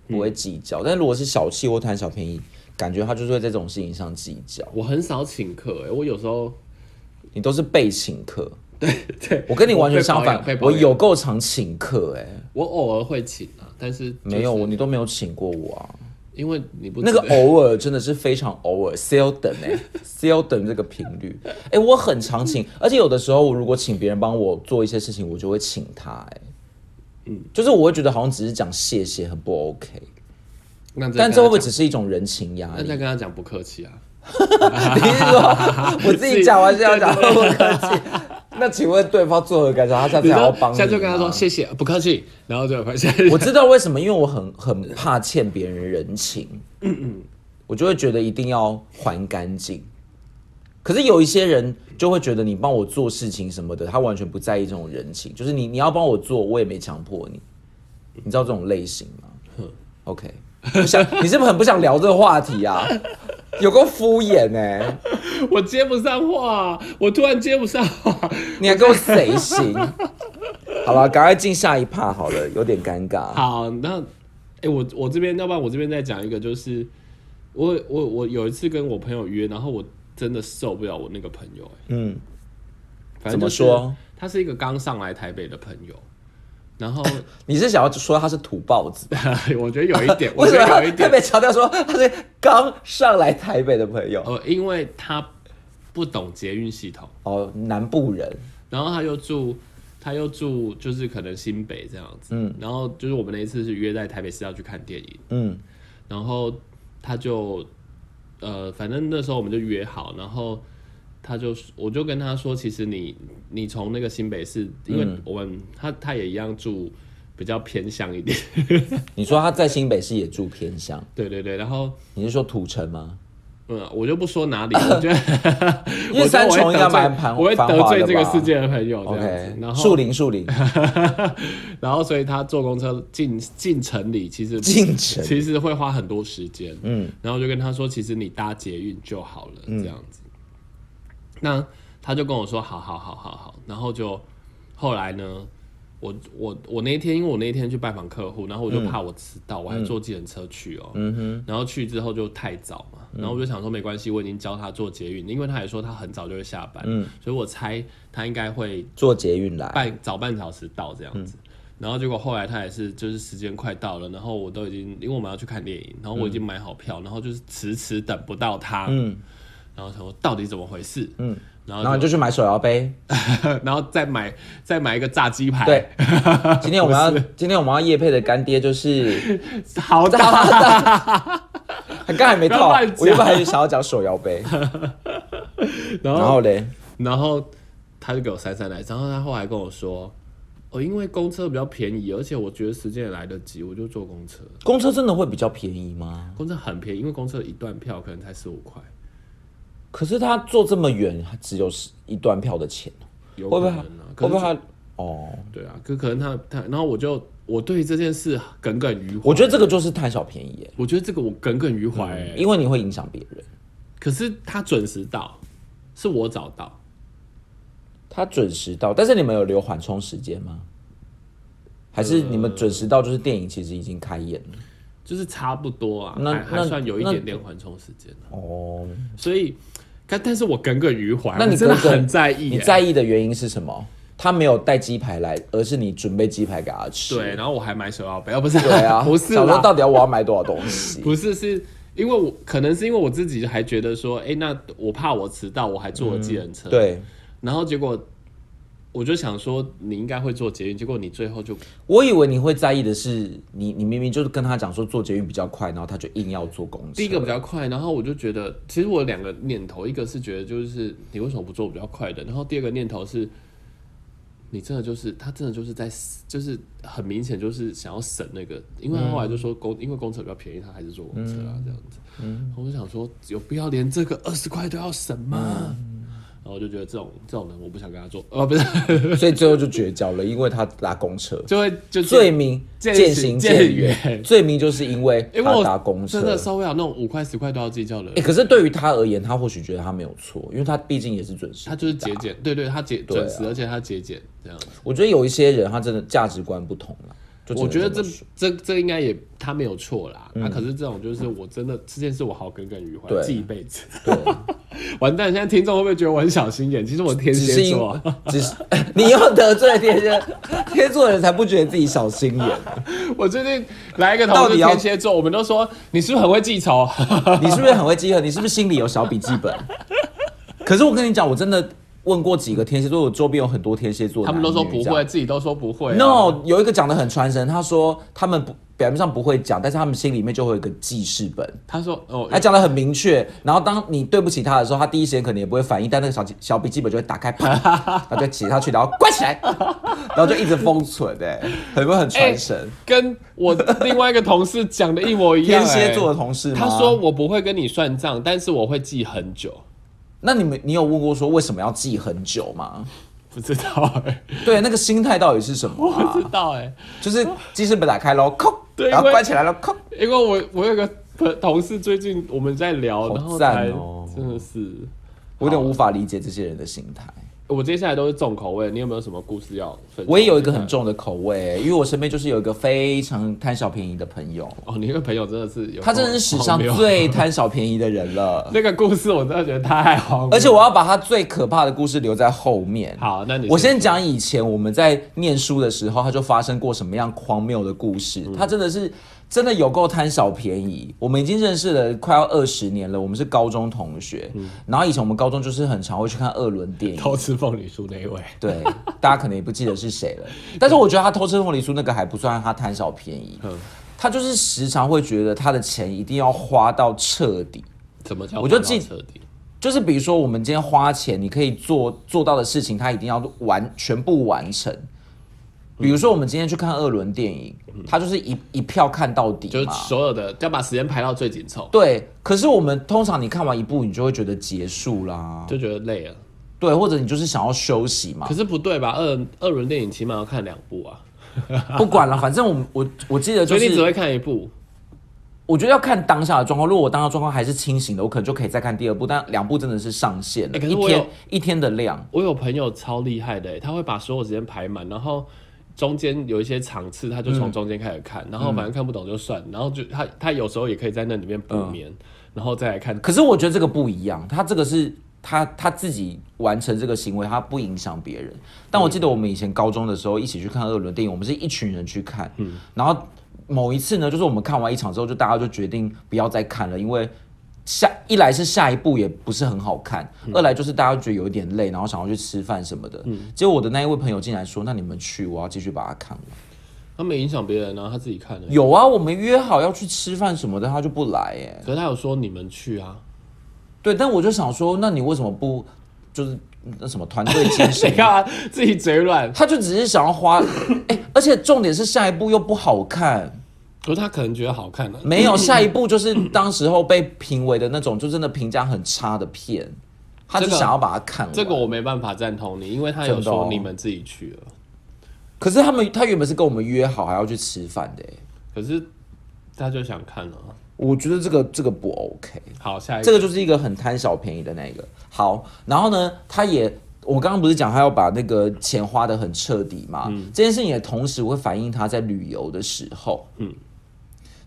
Speaker 1: 嗯
Speaker 2: 不会计较。但如果是小气或贪小便宜，感觉他就是会在这种事情上计较。
Speaker 1: 我很少请客、哎，我有时候
Speaker 2: 你都是被请客，
Speaker 1: [LAUGHS] 对
Speaker 2: 我跟你完全相
Speaker 1: 我
Speaker 2: 反
Speaker 1: 被，包
Speaker 2: 我
Speaker 1: 养
Speaker 2: 有够常请客哎、
Speaker 1: 我偶尔会请啊，但是、就是、
Speaker 2: 没有，你都没有请过我啊。
Speaker 1: 因为你不
Speaker 2: 那个
Speaker 1: 知道
Speaker 2: 偶尔真的是非常偶尔，seldom 哎、seldom
Speaker 1: [LAUGHS]
Speaker 2: 这个频率，哎、我很
Speaker 1: 嗯
Speaker 2: 常请，而且有的时候我如果请别人帮我做一些事情，我就会请他哎、嗯，就是我会觉得好像只是讲谢谢很不 OK，
Speaker 1: 那再
Speaker 2: 但
Speaker 1: 跟
Speaker 2: 这会不啊会
Speaker 1: 他
Speaker 2: 只是一种人情压
Speaker 1: 讲那
Speaker 2: 力
Speaker 1: 再？跟他讲不客气啊？
Speaker 2: [LAUGHS] 你是说我自己
Speaker 1: [LAUGHS]
Speaker 2: 讲完是要讲不客气？那请问对方作何感想？他下次
Speaker 1: 你
Speaker 2: 还要
Speaker 1: 就
Speaker 2: 帮你
Speaker 1: 下次就跟他
Speaker 2: 吗
Speaker 1: 说谢谢，不客气，然后就
Speaker 2: [LAUGHS]
Speaker 1: 快下
Speaker 2: 我知道为什么，因为我很很怕欠别人人情，我就会觉得一定要还干净。可是有一些人就会觉得你帮我做事情什么的，他完全不在意这种人情，就是你你要帮我做，我也没强迫你，你知道这种类型吗？OK，不想你是不是很不想聊这个话题啊？ [LAUGHS] 有够敷衍欸呢、
Speaker 1: 我接不上话，我突然接不上话。
Speaker 2: 你还给我谁行？好了，赶快进下一趴好了，有点尴尬。
Speaker 1: 好，那哎、我我这边，要不然我这边再讲一个，就是我我我有一次跟我朋友约，然后我真的受不了我那个朋友、哎，
Speaker 2: 嗯，
Speaker 1: 反正
Speaker 2: 怎么
Speaker 1: 就是
Speaker 2: 说？
Speaker 1: 他是一个刚上来台北的朋友，然
Speaker 2: [LAUGHS]
Speaker 1: 后
Speaker 2: 你是想要说他是土豹子？
Speaker 1: 我觉得有一
Speaker 2: [LAUGHS]
Speaker 1: 点，我
Speaker 2: 为
Speaker 1: 觉
Speaker 2: 什么
Speaker 1: 得
Speaker 2: 要
Speaker 1: 有一
Speaker 2: 特
Speaker 1: 点，
Speaker 2: 别强调说他是刚上来台北的朋友？
Speaker 1: 呃，因为他不懂捷运系统，
Speaker 2: 哦，南部人，
Speaker 1: 然后他又住。他又住就是可能新北这样子，
Speaker 2: 嗯，
Speaker 1: 然后就是我们那一次是约在台北市要去看电影，
Speaker 2: 嗯
Speaker 1: 然后他就呃，反正那时候我们就约好，然后他就我就跟他说，其实你你从那个新北市，因
Speaker 2: 嗯
Speaker 1: 为我们、他他也一样住比较偏乡一点，
Speaker 2: 你说他在新北市也住偏乡，
Speaker 1: 对对对，然后
Speaker 2: 你是说土城吗？
Speaker 1: 嗯，我就不说哪里，我觉得 [LAUGHS]
Speaker 2: 因为三重应该蛮
Speaker 1: 盘，
Speaker 2: 繁
Speaker 1: 我会
Speaker 2: 繁
Speaker 1: 得
Speaker 2: 华
Speaker 1: 罪
Speaker 2: 的
Speaker 1: 这个
Speaker 2: 吧
Speaker 1: 世界的朋友这样子
Speaker 2: OK，，
Speaker 1: 然
Speaker 2: 树
Speaker 1: 后
Speaker 2: 林
Speaker 1: [LAUGHS]
Speaker 2: 树林
Speaker 1: 然后所以他坐公车进进城里，其实
Speaker 2: 进城，
Speaker 1: 其实会花很多时间，
Speaker 2: 嗯，
Speaker 1: 然后我就跟他说，其实你搭捷运就好了，这样子。那他就跟我说，好好好好好。然后就后来呢，我我我那一天，因为我那一天去拜访客户，然后我就怕我迟到，我还坐计程车去哦、
Speaker 2: 嗯哼，嗯
Speaker 1: 然后去之后就太早嘛，然后我就想说没关系，我已经教他坐捷运，因为他也说他很早就会下班，
Speaker 2: 嗯
Speaker 1: 所以我猜他应该会
Speaker 2: 坐捷运来，
Speaker 1: 半早半小时到这样子。
Speaker 2: 嗯
Speaker 1: 然后结果后来他也是，就是时间快到了，然后我都已经，因为我们要去看电影，然后我已经买好票，然后就是迟迟等不到他，
Speaker 2: 嗯
Speaker 1: 然后想说到底怎么回事，
Speaker 2: 嗯，
Speaker 1: 然
Speaker 2: 然
Speaker 1: 后
Speaker 2: 后你就去买手
Speaker 1: [LAUGHS]
Speaker 2: 摇杯。
Speaker 1: 然后再买再买一个炸鸡排，
Speaker 2: 对，，今天我们要今天我们要叶配的干爹就是，
Speaker 1: 好
Speaker 2: [LAUGHS]
Speaker 1: 大，
Speaker 2: 刚才没
Speaker 1: 不要
Speaker 2: 套
Speaker 1: 乱讲，
Speaker 2: 我原本还想要讲手
Speaker 1: [LAUGHS]
Speaker 2: 摇杯，
Speaker 1: 然
Speaker 2: 然
Speaker 1: 后
Speaker 2: 后嘞，
Speaker 1: 然后他就给我姗姗来迟，然后他后来跟我说，哦，因为公车比较便宜，而且我觉得时间也来得及，我就坐公车，
Speaker 2: 公车真的会比较便宜吗？
Speaker 1: 公车很便宜，因为公车一段票可能才十五块，
Speaker 2: 可是他坐这么远，他只有十一段票的钱，
Speaker 1: 有
Speaker 2: 会
Speaker 1: 可
Speaker 2: 不会
Speaker 1: 能
Speaker 2: 他？
Speaker 1: 啊，可
Speaker 2: 会
Speaker 1: 是
Speaker 2: 不会他？哦，
Speaker 1: 对啊，可可能他他，然后我就我对这件事耿耿于怀。
Speaker 2: 我觉得这个嗯就是贪小便宜耶，
Speaker 1: 我觉得这个我耿耿于怀、欸
Speaker 2: 因为你会影响别人。
Speaker 1: 可是他准时到，是我早到，
Speaker 2: 他准时到，但是你们有留缓冲时间吗？还
Speaker 1: 呃
Speaker 2: 是你们准时到就是电影其实已经开演了？
Speaker 1: 就是差不多啊，
Speaker 2: 那
Speaker 1: 还还
Speaker 2: 那
Speaker 1: 算有一
Speaker 2: 那
Speaker 1: 点点缓冲时间、啊、
Speaker 2: 哦，
Speaker 1: 所以，但但是我耿耿于怀，
Speaker 2: 那你
Speaker 1: 我真的
Speaker 2: 耿耿
Speaker 1: 很在意、欸，
Speaker 2: 你在意的原因是什么？他没有带鸡排来，而是你准备鸡排给他吃。
Speaker 1: 对，然后我还买手摇杯，要哦不是
Speaker 2: 对
Speaker 1: [LAUGHS]
Speaker 2: 啊，
Speaker 1: 不是
Speaker 2: 想说
Speaker 1: 啦，
Speaker 2: 到底要我要买多少东西？
Speaker 1: [LAUGHS] 不是是。因为我可能是因为我自己还
Speaker 2: 嗯
Speaker 1: 觉得说，哎、那我怕我迟到，我还坐了计程车、
Speaker 2: 对，
Speaker 1: 然后结果我就想说你应该会做捷运，结果你最后就
Speaker 2: 我以为你会在意的是，你你明明就是跟他讲说坐捷运比较快，然后他就硬要坐公车。
Speaker 1: 第一个比较快，然后我就觉得，其实我有两个念头，一个是觉得就是你为什么不做比较快的，然后第二个念头是，你真的就是他真的就是在就是很明显就是想要省那个，因为他后来就说公、因为公车比较便宜，他还是坐公车啊这样子，嗯，我就想说有必要连这个二十块都要省吗？
Speaker 2: 嗯
Speaker 1: 然后我就觉得这种这种人我不想跟他做，哦不是， [LAUGHS]
Speaker 2: 所以最后就绝交了，因为他搭公车。
Speaker 1: 就会就
Speaker 2: 罪名
Speaker 1: 渐
Speaker 2: 渐行渐
Speaker 1: 渐远
Speaker 2: 远，罪名就是因为
Speaker 1: 因为
Speaker 2: 他
Speaker 1: 我
Speaker 2: 搭公车。
Speaker 1: 真的受不了那种五块十块都要计较的人
Speaker 2: 欸。可是对于他而言，他或许觉得他没有错，因为他毕竟也是准时。
Speaker 1: 他就是节俭，对对，他节
Speaker 2: 对啊
Speaker 1: 准时，而且他节俭这样子。
Speaker 2: 我觉得有一些人他真的价值观不同了。就只能
Speaker 1: 我觉得
Speaker 2: 这
Speaker 1: 这
Speaker 2: 么嗯
Speaker 1: 这这应该也他没有错啦，那、可是这种就是我真的这件事我好耿耿于怀，
Speaker 2: 对
Speaker 1: 记一辈子。
Speaker 2: 对，
Speaker 1: [LAUGHS] 完蛋，现在听众会不会觉得我很小心眼？其实我天
Speaker 2: 只是
Speaker 1: 蝎
Speaker 2: 因
Speaker 1: 座，啊
Speaker 2: 只是 [LAUGHS] 你又得罪天蝎，天蝎座的人才不觉得自己小心眼。
Speaker 1: 我最近来一个同
Speaker 2: 到底
Speaker 1: 事
Speaker 2: 要
Speaker 1: 天蝎座，我们都说你是不是很会记仇？
Speaker 2: 你是不是很会记恨？你是不是心里有小笔记本？可是我跟你讲，我真的问过几个天蝎座，我周边有很多天蝎座的
Speaker 1: 他
Speaker 2: 男
Speaker 1: 们都
Speaker 2: 女这
Speaker 1: 说
Speaker 2: 样，
Speaker 1: 不会，自己都说不会啊、
Speaker 2: No，有一个讲的很传神，他说他们不表面上不会讲，但是他们心里面就会有一个记事本。
Speaker 1: 他说哦，
Speaker 2: 他讲的很明确，然后当你对不起他的时候，他第一时间可能也不会反应，但那个小记小笔记本就会打开，啪，
Speaker 1: [LAUGHS]
Speaker 2: 然后就写下去，然后关起来，然后就一直封存、哎，很不很传神？
Speaker 1: 跟我另外一个同事讲的一模 [LAUGHS] 一样、
Speaker 2: 天蝎座
Speaker 1: 欸
Speaker 2: 的同事吗？
Speaker 1: 他说我不会跟你算账，但是我会记很久。
Speaker 2: 那你们你有问过说为什么要记很久
Speaker 1: [LAUGHS]
Speaker 2: 吗？
Speaker 1: 不知道哎、
Speaker 2: 对，那个心态到底是什么、啊
Speaker 1: 不？知道哎、
Speaker 2: 就是记事本打开喽，扣，
Speaker 1: 对
Speaker 2: 然后
Speaker 1: 因为
Speaker 2: 关起来喽，扣。
Speaker 1: 因为我我有个朋同事最近我们在聊，然后
Speaker 2: 好赞
Speaker 1: 才
Speaker 2: 哦
Speaker 1: 真的是，
Speaker 2: 我有点无法理解这些人的心态。
Speaker 1: 我接下来都是重口味，你有没有什么故事要分享？
Speaker 2: 我也有一个很重的口味，因为我身边就是有一个非常贪小便宜的朋友，
Speaker 1: 哦，你那个朋友真的是有，
Speaker 2: 他真的是史上
Speaker 1: 荒谬
Speaker 2: 最贪小便宜的人
Speaker 1: [LAUGHS]
Speaker 2: 了。
Speaker 1: 那个故事，我真的觉得太荒谬。
Speaker 2: 而且我要把他最可怕的故事留在后面。
Speaker 1: 好，那你
Speaker 2: 我先讲以前我们在念书的时候，他就发生过什么样荒谬的故事。
Speaker 1: 嗯
Speaker 2: 他真的是真的有够贪小便宜。我们已经认识了快要二十年了，我们是高中同学。然后以前我们高中就是很常会去看二轮电
Speaker 1: 嗯
Speaker 2: 影，
Speaker 1: 偷吃凤梨酥那一位，
Speaker 2: 对，大家可能也不记得是谁了。但是我觉得他偷吃凤梨酥那个还不算他贪小便宜，
Speaker 1: 嗯，
Speaker 2: 他就是时常会觉得他的钱一定要花到彻底。
Speaker 1: 怎么叫
Speaker 2: 我就
Speaker 1: 环保
Speaker 2: 记
Speaker 1: 彻底？
Speaker 2: 就是比如说，我们今天花钱，你可以做做到的事情，他一定要完全部完成。比如说，我们今天去看二轮电影，他就是一一票看到底
Speaker 1: 就是
Speaker 2: 嘛。
Speaker 1: 所有的要把时间排到最紧凑，
Speaker 2: 对，可是我们通常你看完一部，你就会觉得结束啦，
Speaker 1: 就觉得累了。
Speaker 2: 对，或者你就是想要休息
Speaker 1: [LAUGHS]
Speaker 2: 嘛
Speaker 1: 可。是不对吧？二二轮电影起码要看两部啊，
Speaker 2: 不管了，反正我们我我记得就
Speaker 1: 所以你只
Speaker 2: 是，
Speaker 1: 会看一部。
Speaker 2: 我觉得要看当下的状况。如果我当下状况还是清醒的，我可能就可以再看第二部，但两部真的是上限了，
Speaker 1: 欸可是
Speaker 2: 一
Speaker 1: 我有
Speaker 2: 天一天的量。
Speaker 1: 我有朋友超厉害的欸，他会把所有时间排满，然后中间有一些场次，他就
Speaker 2: 嗯
Speaker 1: 从中间开始看，然后反正看不懂就算，然后就他他有时候也可以在那里面
Speaker 2: 嗯
Speaker 1: 补眠，然后再来看。
Speaker 2: 可是我觉得这个不一样，他这个是他他自己完成这个行为，他不影响别人。但我记得我们以前高中的时候一起去看二轮电影，我们是一群人去看，然后某一次呢，就是我们看完一场之后，就大家就决定不要再看了，因为。下一来是下一部也不是很好看，二来就是大家觉得有一点累，然后想要去吃饭什么的。结果我的那一位朋友竟然说：“那你们去，我要继续把它看完。”
Speaker 1: 他没影响别人啊，他自己看的。
Speaker 2: 有啊，我们约好要去吃饭什么的，他就不来耶。
Speaker 1: 可是他有说你们去
Speaker 2: [LAUGHS]
Speaker 1: 啊，
Speaker 2: 对，但我就想说，那你为什么不就是那什么团队精神
Speaker 1: 谁？
Speaker 2: [LAUGHS]
Speaker 1: [LAUGHS] 啊自己嘴软？
Speaker 2: 他就只是想要花，哎、而且重点是下一步又不好看，
Speaker 1: 可是他可能觉得好看啊。
Speaker 2: 没有下一步就是当时候被评为的那种，就真的评价很差的片，他就
Speaker 1: 这个
Speaker 2: 想要把它看完。
Speaker 1: 这个我没办法赞同你，因为他有
Speaker 2: 真的哦
Speaker 1: 说你们自己去了，
Speaker 2: 可是他们他原本是跟我们约好还要去吃饭的、哎
Speaker 1: 可是他就想看了啊。
Speaker 2: 我觉得这个这个不 OK。
Speaker 1: 好，下一
Speaker 2: 这
Speaker 1: 个
Speaker 2: 个就是一个很贪小便宜的那一个。好，然后呢，他也，我刚刚不是讲他要把那个钱花的很彻底嘛，这件事情也同时会反映他在旅游的时候，嗯，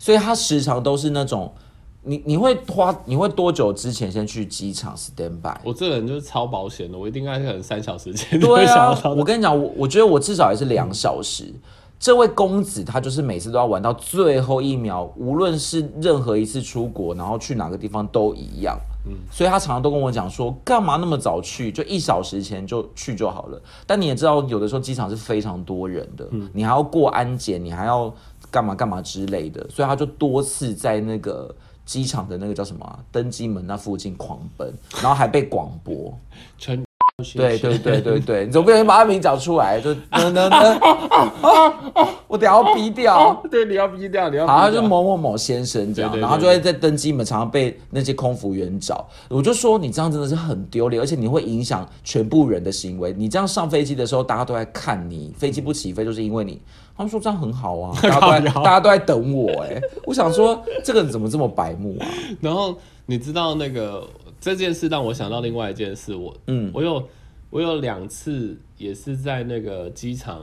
Speaker 2: 所以他时常都是那种，你你会花，你会多久之前先去机场 stand by？
Speaker 1: 我这个人就是超保险的，我一定应该可能三小时 [LAUGHS] 前就
Speaker 2: 对
Speaker 1: 会想要
Speaker 2: 啊
Speaker 1: 到，
Speaker 2: 我跟你讲，我我觉得我至少也是两小时。这位公子他就是每次都要玩到最后一秒，无论是任何一次出国，然后去哪个地方都一样。
Speaker 1: 嗯
Speaker 2: 所以他常常都跟我讲说，干嘛那么早去？就一小时前就去就好了。但你也知道，有的时候机场是非常多人的，
Speaker 1: 嗯
Speaker 2: 你还要过安检，你还要干嘛干嘛之类的，所以他就多次在那个机场的那个叫什么啊、登机门那附近狂奔，然后还被广播。
Speaker 1: 陈
Speaker 2: 对对对对对，你总不能把他名讲出
Speaker 1: [LAUGHS]
Speaker 2: 来，就 [LAUGHS] 呢呢呢，我等下要
Speaker 1: [LAUGHS]
Speaker 2: 逼掉。
Speaker 1: 对，你要逼掉，你要
Speaker 2: 好，他
Speaker 1: 逼
Speaker 2: 就
Speaker 1: 掉。
Speaker 2: 某某某先生这样，
Speaker 1: 对对对
Speaker 2: 然后就会在登机门常常被那些空服员找。我就说你这样真的是很丢脸，而且你会影响全部人的行为。你这样上飞机的时候，大家都在看你，飞机不起飞就是因为你。他们说这样很好啊，大家都在
Speaker 1: [LAUGHS]
Speaker 2: 大家都在等我哎、我想说这个人怎么这么白目啊？
Speaker 1: 然后你知道那个这件事让我想到另外一件事，我
Speaker 2: 嗯
Speaker 1: 我有我有两次也是在那个机场，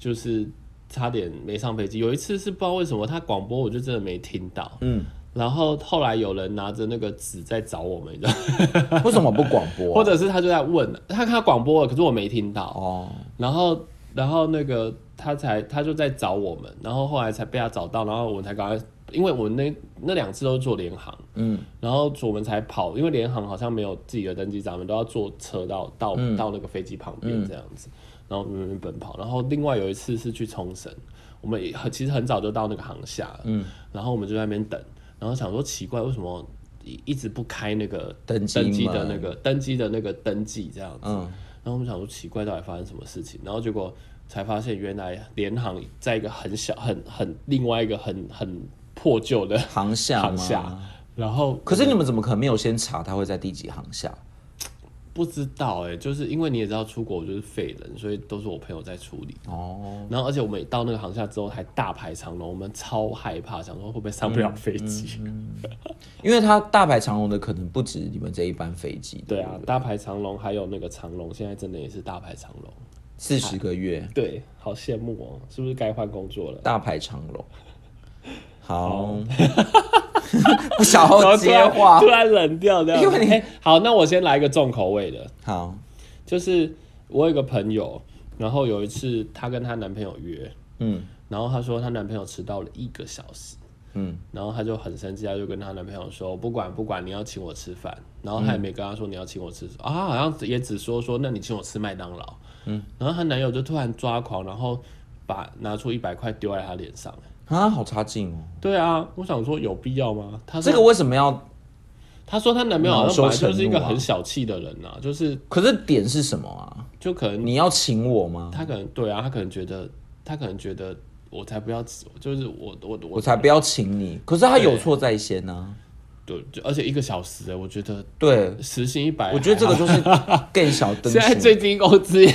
Speaker 1: 就是差点没上飞机。有一次是不知道为什么他广播我就真的没听到，
Speaker 2: 嗯，
Speaker 1: 然后后来有人拿着那个纸在找我们，你知道吗，
Speaker 2: 为什么不广播啊、
Speaker 1: 或者是他就在问，他他广播了，可是我没听到，
Speaker 2: 哦，
Speaker 1: 然后然后那个他才他就在找我们，然后后来才被他找到，然后我们才赶快，因为我们那那两次都是坐联航。
Speaker 2: 嗯
Speaker 1: 然后我们才跑，因为联航好像没有自己的登机闸门，都要坐车到到、
Speaker 2: 嗯
Speaker 1: 到那个飞机旁边这样子，然后慢慢奔跑。然后另外有一次是去冲绳，我们也很其实很早就到那个航厦了，
Speaker 2: 嗯，
Speaker 1: 然后我们就在那边等，然后想说奇怪为什么一一直不开那个
Speaker 2: 登机
Speaker 1: 登机的
Speaker 2: 门
Speaker 1: 那个登机的那个登记这样子，
Speaker 2: 嗯，
Speaker 1: 然后我们想说奇怪，到底发生什么事情？然后结果才发现，原来联航在一个很小、很很另外一个很很破旧的
Speaker 2: 航啊下
Speaker 1: 航
Speaker 2: 吗
Speaker 1: 厦，然后
Speaker 2: 可是你们怎么可能没有先查他会在第几航下？
Speaker 1: 不知道哎、就是因为你也知道出国我就是废人，所以都是我朋友在处理。
Speaker 2: 哦，
Speaker 1: 然后而且我们到那个航厦之后还大排长龙，我们超害怕，想说会不会上不了飞
Speaker 2: 嗯
Speaker 1: 机？
Speaker 2: 因为他大排长龙的可能不止你们这一班飞机，
Speaker 1: [LAUGHS] 对啊，大排长龙还有那个长龙，现在真的也是大排长龙。
Speaker 2: 四十个月
Speaker 1: 对，好羡慕哦、是不是该换工作了？
Speaker 2: 大排长
Speaker 1: [LAUGHS]
Speaker 2: 龙。好， [LAUGHS] 不想要
Speaker 1: 突
Speaker 2: 哦接
Speaker 1: [LAUGHS] 然
Speaker 2: 话
Speaker 1: 突。然冷掉这样子。
Speaker 2: 因为你
Speaker 1: 哎好，那我先来一个重口味的，
Speaker 2: 好，
Speaker 1: 就是我有一个朋友，然后有一次她跟她男朋友约，
Speaker 2: 嗯
Speaker 1: 然后她说她男朋友迟到了一个小时，
Speaker 2: 嗯
Speaker 1: 然后她就很生气，她就跟她男朋友说不管不管，你要请我吃饭，然后她
Speaker 2: 嗯
Speaker 1: 也没跟她说你要请我吃什么，啊，好像也只说说那你请我吃麦当劳，嗯，然后她男友就突然抓狂，然后把拿出一百块丢在她脸上，
Speaker 2: 啊，好差劲哦。
Speaker 1: 对啊，我想说有必要吗？她说
Speaker 2: 这个为什么要？
Speaker 1: 她说她男朋友好像本来就是一个
Speaker 2: 恼羞成怒啊
Speaker 1: 很小气的人呐、就是
Speaker 2: 可是点是什么啊？
Speaker 1: 就可能
Speaker 2: 你要请我吗？
Speaker 1: 他可能对啊，他可能觉得，他可能觉得我才不要，就是我我
Speaker 2: 我
Speaker 1: 我
Speaker 2: 才不要请你。可是他有错在先呢、
Speaker 1: 对，就而且一个小时哎，我觉得
Speaker 2: 对，
Speaker 1: 时薪一百，
Speaker 2: 我觉得这个
Speaker 1: 还好
Speaker 2: 就是
Speaker 1: [LAUGHS]
Speaker 2: 更小灯
Speaker 1: 哎现在
Speaker 2: 熊
Speaker 1: 最低工资也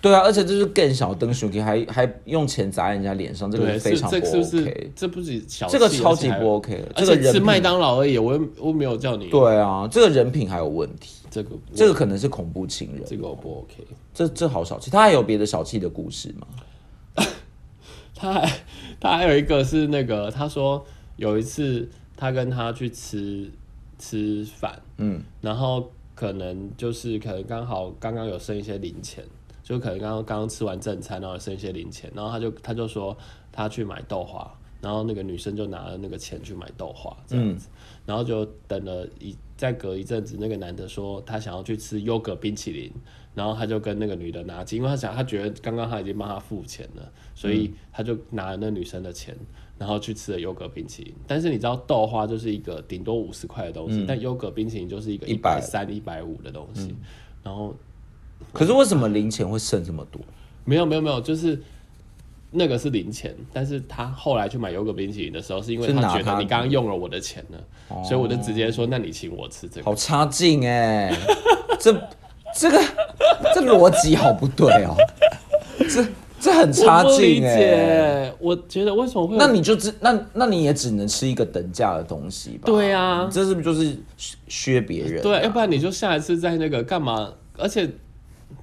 Speaker 2: 对啊，而且这是更小灯熊，还还用钱砸人家脸上，这个
Speaker 1: 对，
Speaker 2: 是非
Speaker 1: 是
Speaker 2: 常不
Speaker 1: 这
Speaker 2: OK，
Speaker 1: 是不是这不是小气
Speaker 2: 这个超级不，
Speaker 1: 而
Speaker 2: OK，
Speaker 1: 且还
Speaker 2: 这
Speaker 1: 而
Speaker 2: 个
Speaker 1: 且
Speaker 2: 人
Speaker 1: 吃
Speaker 2: 品
Speaker 1: 麦当劳而已，我又我没有叫你
Speaker 2: 对啊，这个人品还有问题，
Speaker 1: 这个
Speaker 2: 这
Speaker 1: 个
Speaker 2: 个可能是恐怖情人，
Speaker 1: 这个我不 OK，
Speaker 2: 这这好小气。他还有别的小气的故事吗？
Speaker 1: 他还他还有一个是那个，他说有一次他跟他去吃吃饭，
Speaker 2: 嗯
Speaker 1: 然后可能就是可能刚好刚刚有剩一些零钱，就可能刚刚刚刚吃完正餐，然后有剩一些零钱，然后他就他就说他去买豆花，然后那个女生就拿了那个钱去买豆花这样子，然后就等了一再隔一阵子，那个男的说他想要去吃优格冰淇淋，然后他就跟那个女的拿钱，因为他想他觉得刚刚他已经帮他付钱了，所以他就拿了那女生的钱。然后去吃了优格冰淇淋，但是你知道豆花就是一个顶多五十块的东
Speaker 2: 嗯
Speaker 1: 西，但优格冰淇淋就是一个一
Speaker 2: 100
Speaker 1: 百三、一百五的东西。
Speaker 2: 嗯
Speaker 1: 然后
Speaker 2: 可是为什么零钱会剩这么多？
Speaker 1: 没有没有没有，就是那个是零钱，但是他后来去买优格冰淇淋的时候，是因为
Speaker 2: 是拿
Speaker 1: 他觉
Speaker 2: 他哦
Speaker 1: 得你刚刚用了我的钱呢，所以我就直接说，那你请我吃这个。
Speaker 2: 好差劲哎、
Speaker 1: [LAUGHS]
Speaker 2: 这这个这逻辑好不对哦，这这很差
Speaker 1: 我不理
Speaker 2: 劲哎、
Speaker 1: 解，我觉得为什么会有
Speaker 2: 那你就只那那你也只能吃一个等价的东西吧？
Speaker 1: 对啊
Speaker 2: 你这是不是就是削削别人、
Speaker 1: 对，要不然你就下一次在那个干嘛？而且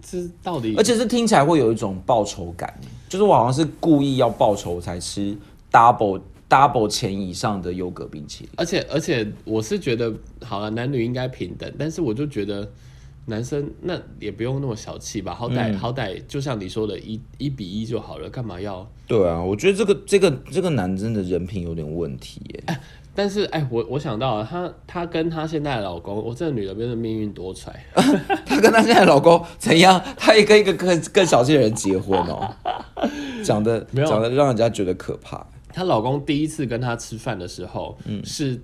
Speaker 1: 这到底
Speaker 2: 而且是听起来会有一种报仇感，就是我好像是故意要报仇才吃 double double 钱以上的优格冰淇淋。
Speaker 1: 啊而且而且我是觉得，好了，男女应该平等，但是我就觉得男生那也不用那么小气吧，好歹、好歹就像你说的，一一比一就好了，干嘛要？
Speaker 2: 对啊，我觉得这个这个这个男真的人品有点问题耶。 [LAUGHS]
Speaker 1: 但是哎、我我想到了，她她跟她现在的老公，我这个女的真的命运多舛。
Speaker 2: 她跟她现在的老公怎样？她也跟一个更更小气的人结婚哦，讲的
Speaker 1: 没有
Speaker 2: 讲的让人家觉得可怕。
Speaker 1: 她老公第一次跟她吃饭的时候，是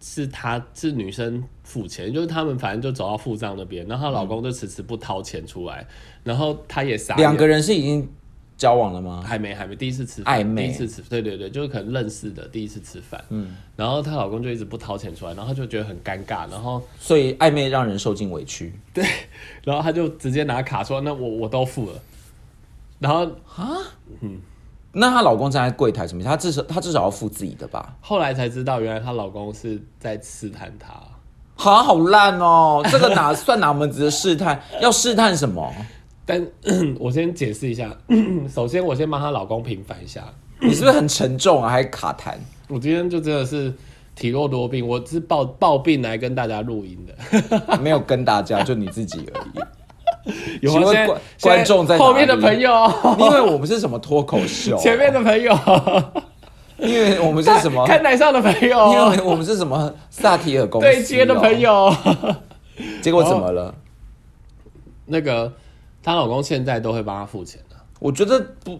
Speaker 1: 是她是女生付钱，就是他们反正就走到付账那边，然后她老公就迟迟不掏钱出来，然后她也傻眼
Speaker 2: 两个人是已经交往了吗？
Speaker 1: 还没还没第一次吃饭
Speaker 2: 暧昧
Speaker 1: 第一次吃对对对，就是可能认识的第一次吃饭，嗯，然后她老公就一直不掏钱出来，然后她就觉得很尴尬，然后
Speaker 2: 所以暧昧让人受尽委屈。
Speaker 1: 然后她就直接拿卡说那我我都付了，然后
Speaker 2: 那她老公站在柜台什么意思？她至少她至少要付自己的吧？
Speaker 1: 后来才知道原来她老公是在试探她，
Speaker 2: 好好烂哦，这个哪算哪门子的试探？要试探什么？
Speaker 1: 但 [CLEARS THROAT] 我先解释一下， [CLEARS THROAT] 首先我先帮她老公平反一下，
Speaker 2: 你是不是很沉重啊？还卡痰？
Speaker 1: 我今天就真的是体弱多病，我是抱抱病来跟大家录音的。
Speaker 2: 没有跟大家，就你自己而已。
Speaker 1: 有
Speaker 2: 请
Speaker 1: 吗？
Speaker 2: 问
Speaker 1: 现在
Speaker 2: 观
Speaker 1: 现在
Speaker 2: 观众在哪里
Speaker 1: 后面的朋
Speaker 2: [LAUGHS]
Speaker 1: 友，
Speaker 2: 因为我们是什么脱口秀？啊
Speaker 1: 前面的朋友，
Speaker 2: 因为我们是什么？
Speaker 1: 看台上的朋
Speaker 2: 因
Speaker 1: 友，
Speaker 2: 为我们是什么萨提尔公司、啊
Speaker 1: 对接的朋，友。 [LAUGHS] 哦
Speaker 2: 结果怎么了？
Speaker 1: 那个她老公现在都会帮她付钱的，啊
Speaker 2: 我觉得不，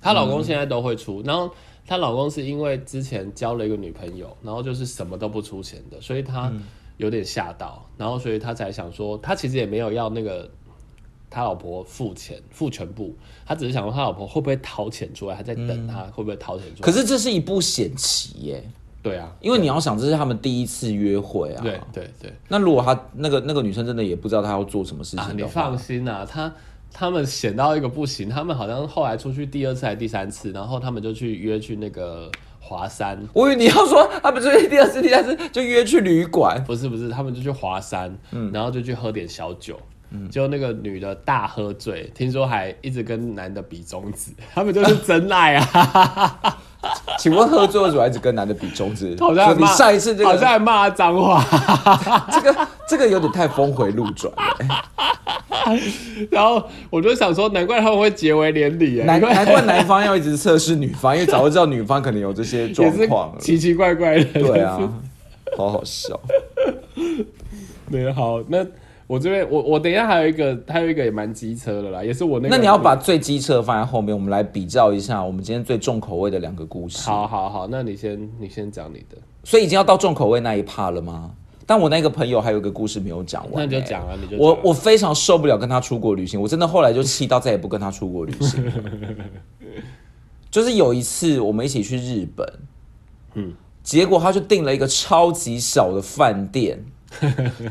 Speaker 1: 她老公现在都会
Speaker 2: 嗯
Speaker 1: 出，然后。她老公是因为之前交了一个女朋友，然后就是什么都不出钱的，所以她
Speaker 2: 嗯
Speaker 1: 有点吓到，然后所以她才想说，她其实也没有要那个他老婆付钱付全部，他只是想说他老婆会不会掏钱出来，还在等他会不会掏钱出来。
Speaker 2: 嗯可是这是一部险棋耶，
Speaker 1: 对啊，
Speaker 2: 因为你要想，这是他们第一次约会啊。
Speaker 1: 对。对对
Speaker 2: 那如果他那个那个女生真的也不知道他要做什么事
Speaker 1: 啊，
Speaker 2: 情
Speaker 1: 你
Speaker 2: 的话，
Speaker 1: 放心啊，他他们显到一个不行，他们好像后来出去第二次还第三次，然后他们就去约去那个华山，
Speaker 2: 我以为你要说他不是第二次、第三次就约去旅馆，
Speaker 1: 不是不是，他们就去华山，
Speaker 2: 嗯
Speaker 1: 然后就去喝点小酒。就那个女的大喝醉，听说还一直跟男的比中指， [LAUGHS] 他们就是真爱
Speaker 2: [LAUGHS]
Speaker 1: 啊！
Speaker 2: 请问喝醉为什么一直跟男的比中指？
Speaker 1: [LAUGHS] 好像还
Speaker 2: 说你
Speaker 1: 骂
Speaker 2: 上一次这
Speaker 1: 好像
Speaker 2: 个
Speaker 1: 还骂他脏话， [LAUGHS]
Speaker 2: 这个这个有点太峰回路转了，
Speaker 1: 然后我就想说，难怪他们会结为连理耶，啊
Speaker 2: 难
Speaker 1: 因为
Speaker 2: 难怪男方要一直测试女方，因为早就知道女方可能有这些状
Speaker 1: 也是 [LAUGHS]
Speaker 2: 况了。
Speaker 1: 奇奇怪怪的。
Speaker 2: 对啊，好好笑。
Speaker 1: [LAUGHS] 对，好，那我这边我我等一下还有一个还有一个也蛮机车的啦，也是我 [LAUGHS] 那个。
Speaker 2: 那你要把最机车放在后面，我们来比较一下我们今天最重口味的两个故事。
Speaker 1: 好好好，那你先你先讲你的，
Speaker 2: 所以已经要到重口味那一趴了吗？但我那个朋友还有一个故事没有讲完、
Speaker 1: 那你就
Speaker 2: 欸
Speaker 1: 讲啊，你就
Speaker 2: 我
Speaker 1: 讲
Speaker 2: 我非常受不了跟他出国旅行，我真的后来就气到再也不跟他出国旅行
Speaker 1: [LAUGHS]
Speaker 2: 了。就是有一次我们一起去日本，嗯，结果他就订了一个超级小的
Speaker 1: [LAUGHS]
Speaker 2: 饭店，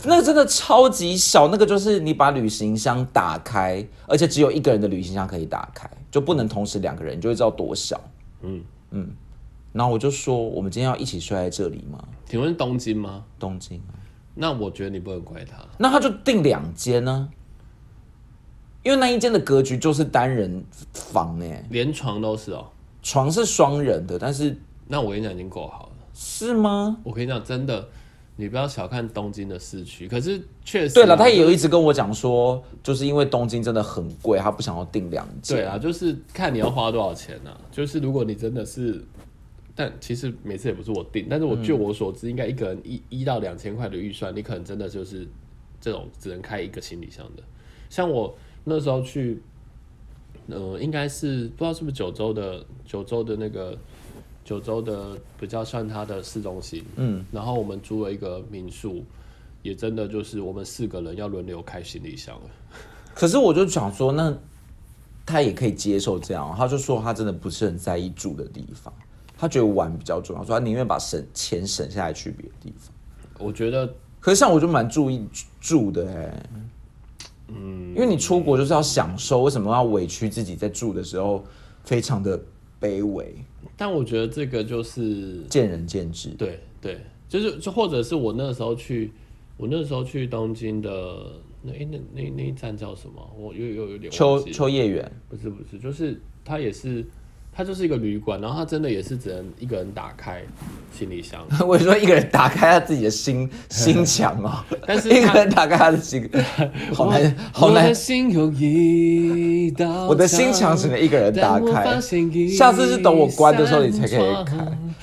Speaker 2: 那个真的超级小，那个就是你把旅行箱打开，而且只有一个人的旅行箱可以打开，就不能同时两个人，你就会知道多小。嗯
Speaker 1: 嗯
Speaker 2: 嗯，然后我就说，我们今天要一起睡在这里吗？
Speaker 1: 请问是东京吗？
Speaker 2: 东京啊。
Speaker 1: 那我觉得你不能怪他，
Speaker 2: 那他就订两间呢、因为那一间的格局就是单人房哎、
Speaker 1: 连床都是哦。
Speaker 2: 床是双人的，但是
Speaker 1: 那我跟你讲已经够好了，
Speaker 2: 是吗？
Speaker 1: 我跟你讲真的，你不要小看东京的市区，可是确实啊
Speaker 2: 对了，他也有一直跟我讲说，就是因为东京真的很贵，他不想要订两间。
Speaker 1: 对啊，就是看你要花多少钱啊。就是如果你真的是，但其实每次也不是我定，但是我据我所知，应该一个人一一到两千块的预算，你可能真的就是这种只能开一个行李箱的。像我那时候去，呃，应该是不知道是不是九州的九州的那个九州的比较算它的市中心，嗯，然后我们租了一个民宿。也真的就是我们四个人要轮流开行李箱了，
Speaker 2: 可是我就想说，那他也可以接受这样，他就说他真的不是很在意住的地方，他觉得玩比较重要，所以他宁愿把省钱省下来去别的地方。
Speaker 1: 我觉得
Speaker 2: 可是像我就蛮注意住的哎、嗯，因为你出国就是要享受，为什么要委屈自己在住的时候非常的卑微？
Speaker 1: 但我觉得这个就是
Speaker 2: 见仁见智。
Speaker 1: 对对，就是就或者是我那时候去，我那时候去东京的那诶那那那一站叫什么？我又又有点忘
Speaker 2: 秋
Speaker 1: 记。
Speaker 2: 秋叶原 [LAUGHS]
Speaker 1: 不是不是，就是它也是它就是一个旅馆，然后它真的也是只能一个人打开行李
Speaker 2: [LAUGHS]
Speaker 1: 箱，
Speaker 2: 我说一个人打开他自己的
Speaker 1: [LAUGHS]
Speaker 2: 心心墙哦，
Speaker 1: 但是
Speaker 2: 一个
Speaker 1: 他
Speaker 2: 人打开他的
Speaker 1: [LAUGHS]
Speaker 2: 心，好难好
Speaker 1: 我
Speaker 2: 难
Speaker 1: 的，心有一道墙，
Speaker 2: 我的心墙只能一个人打
Speaker 1: 但我发
Speaker 2: 开。
Speaker 1: 现一扇
Speaker 2: 下次是等我关的时候你才可以
Speaker 1: 窗
Speaker 2: 开。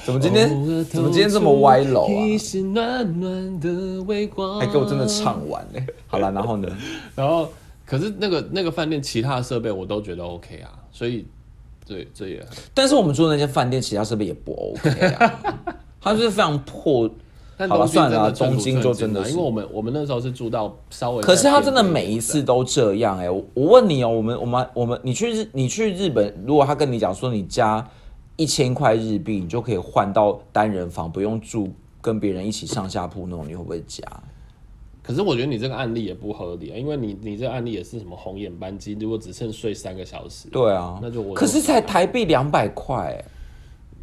Speaker 2: 怎么今天怎么今天这么歪楼啊？哎
Speaker 1: 一丝暖暖的微光
Speaker 2: 还给我真的。唱完嘞、好了，然后呢？
Speaker 1: 然后，可是那个那个饭店其他的设备我都觉得 OK 啊，所以这这也
Speaker 2: 但是我们住的那间饭店，其他设备也不 OK 啊，
Speaker 1: [LAUGHS]
Speaker 2: 它就是非常破。
Speaker 1: 但
Speaker 2: 好了
Speaker 1: 东京
Speaker 2: 算了
Speaker 1: 真
Speaker 2: 啊
Speaker 1: 的寸土
Speaker 2: 东京就
Speaker 1: 寸金
Speaker 2: 真的
Speaker 1: 啊
Speaker 2: 是
Speaker 1: 因为我们我们那时候是住到稍微，
Speaker 2: 可是他真的每一次都这样哎、我我问你哦、我们我们我们，你去日你去日本，如果他跟你讲说你加一千块日币，你就可以换到单人房，不用住跟别人一起上下铺那种，你会不会加？
Speaker 1: 可是我觉得你这个案例也不合理啊，因为你你这个案例也是什么红眼班机，如果只剩睡三个小时，
Speaker 2: 对啊，
Speaker 1: 那就我
Speaker 2: 可是才台币两百块哎，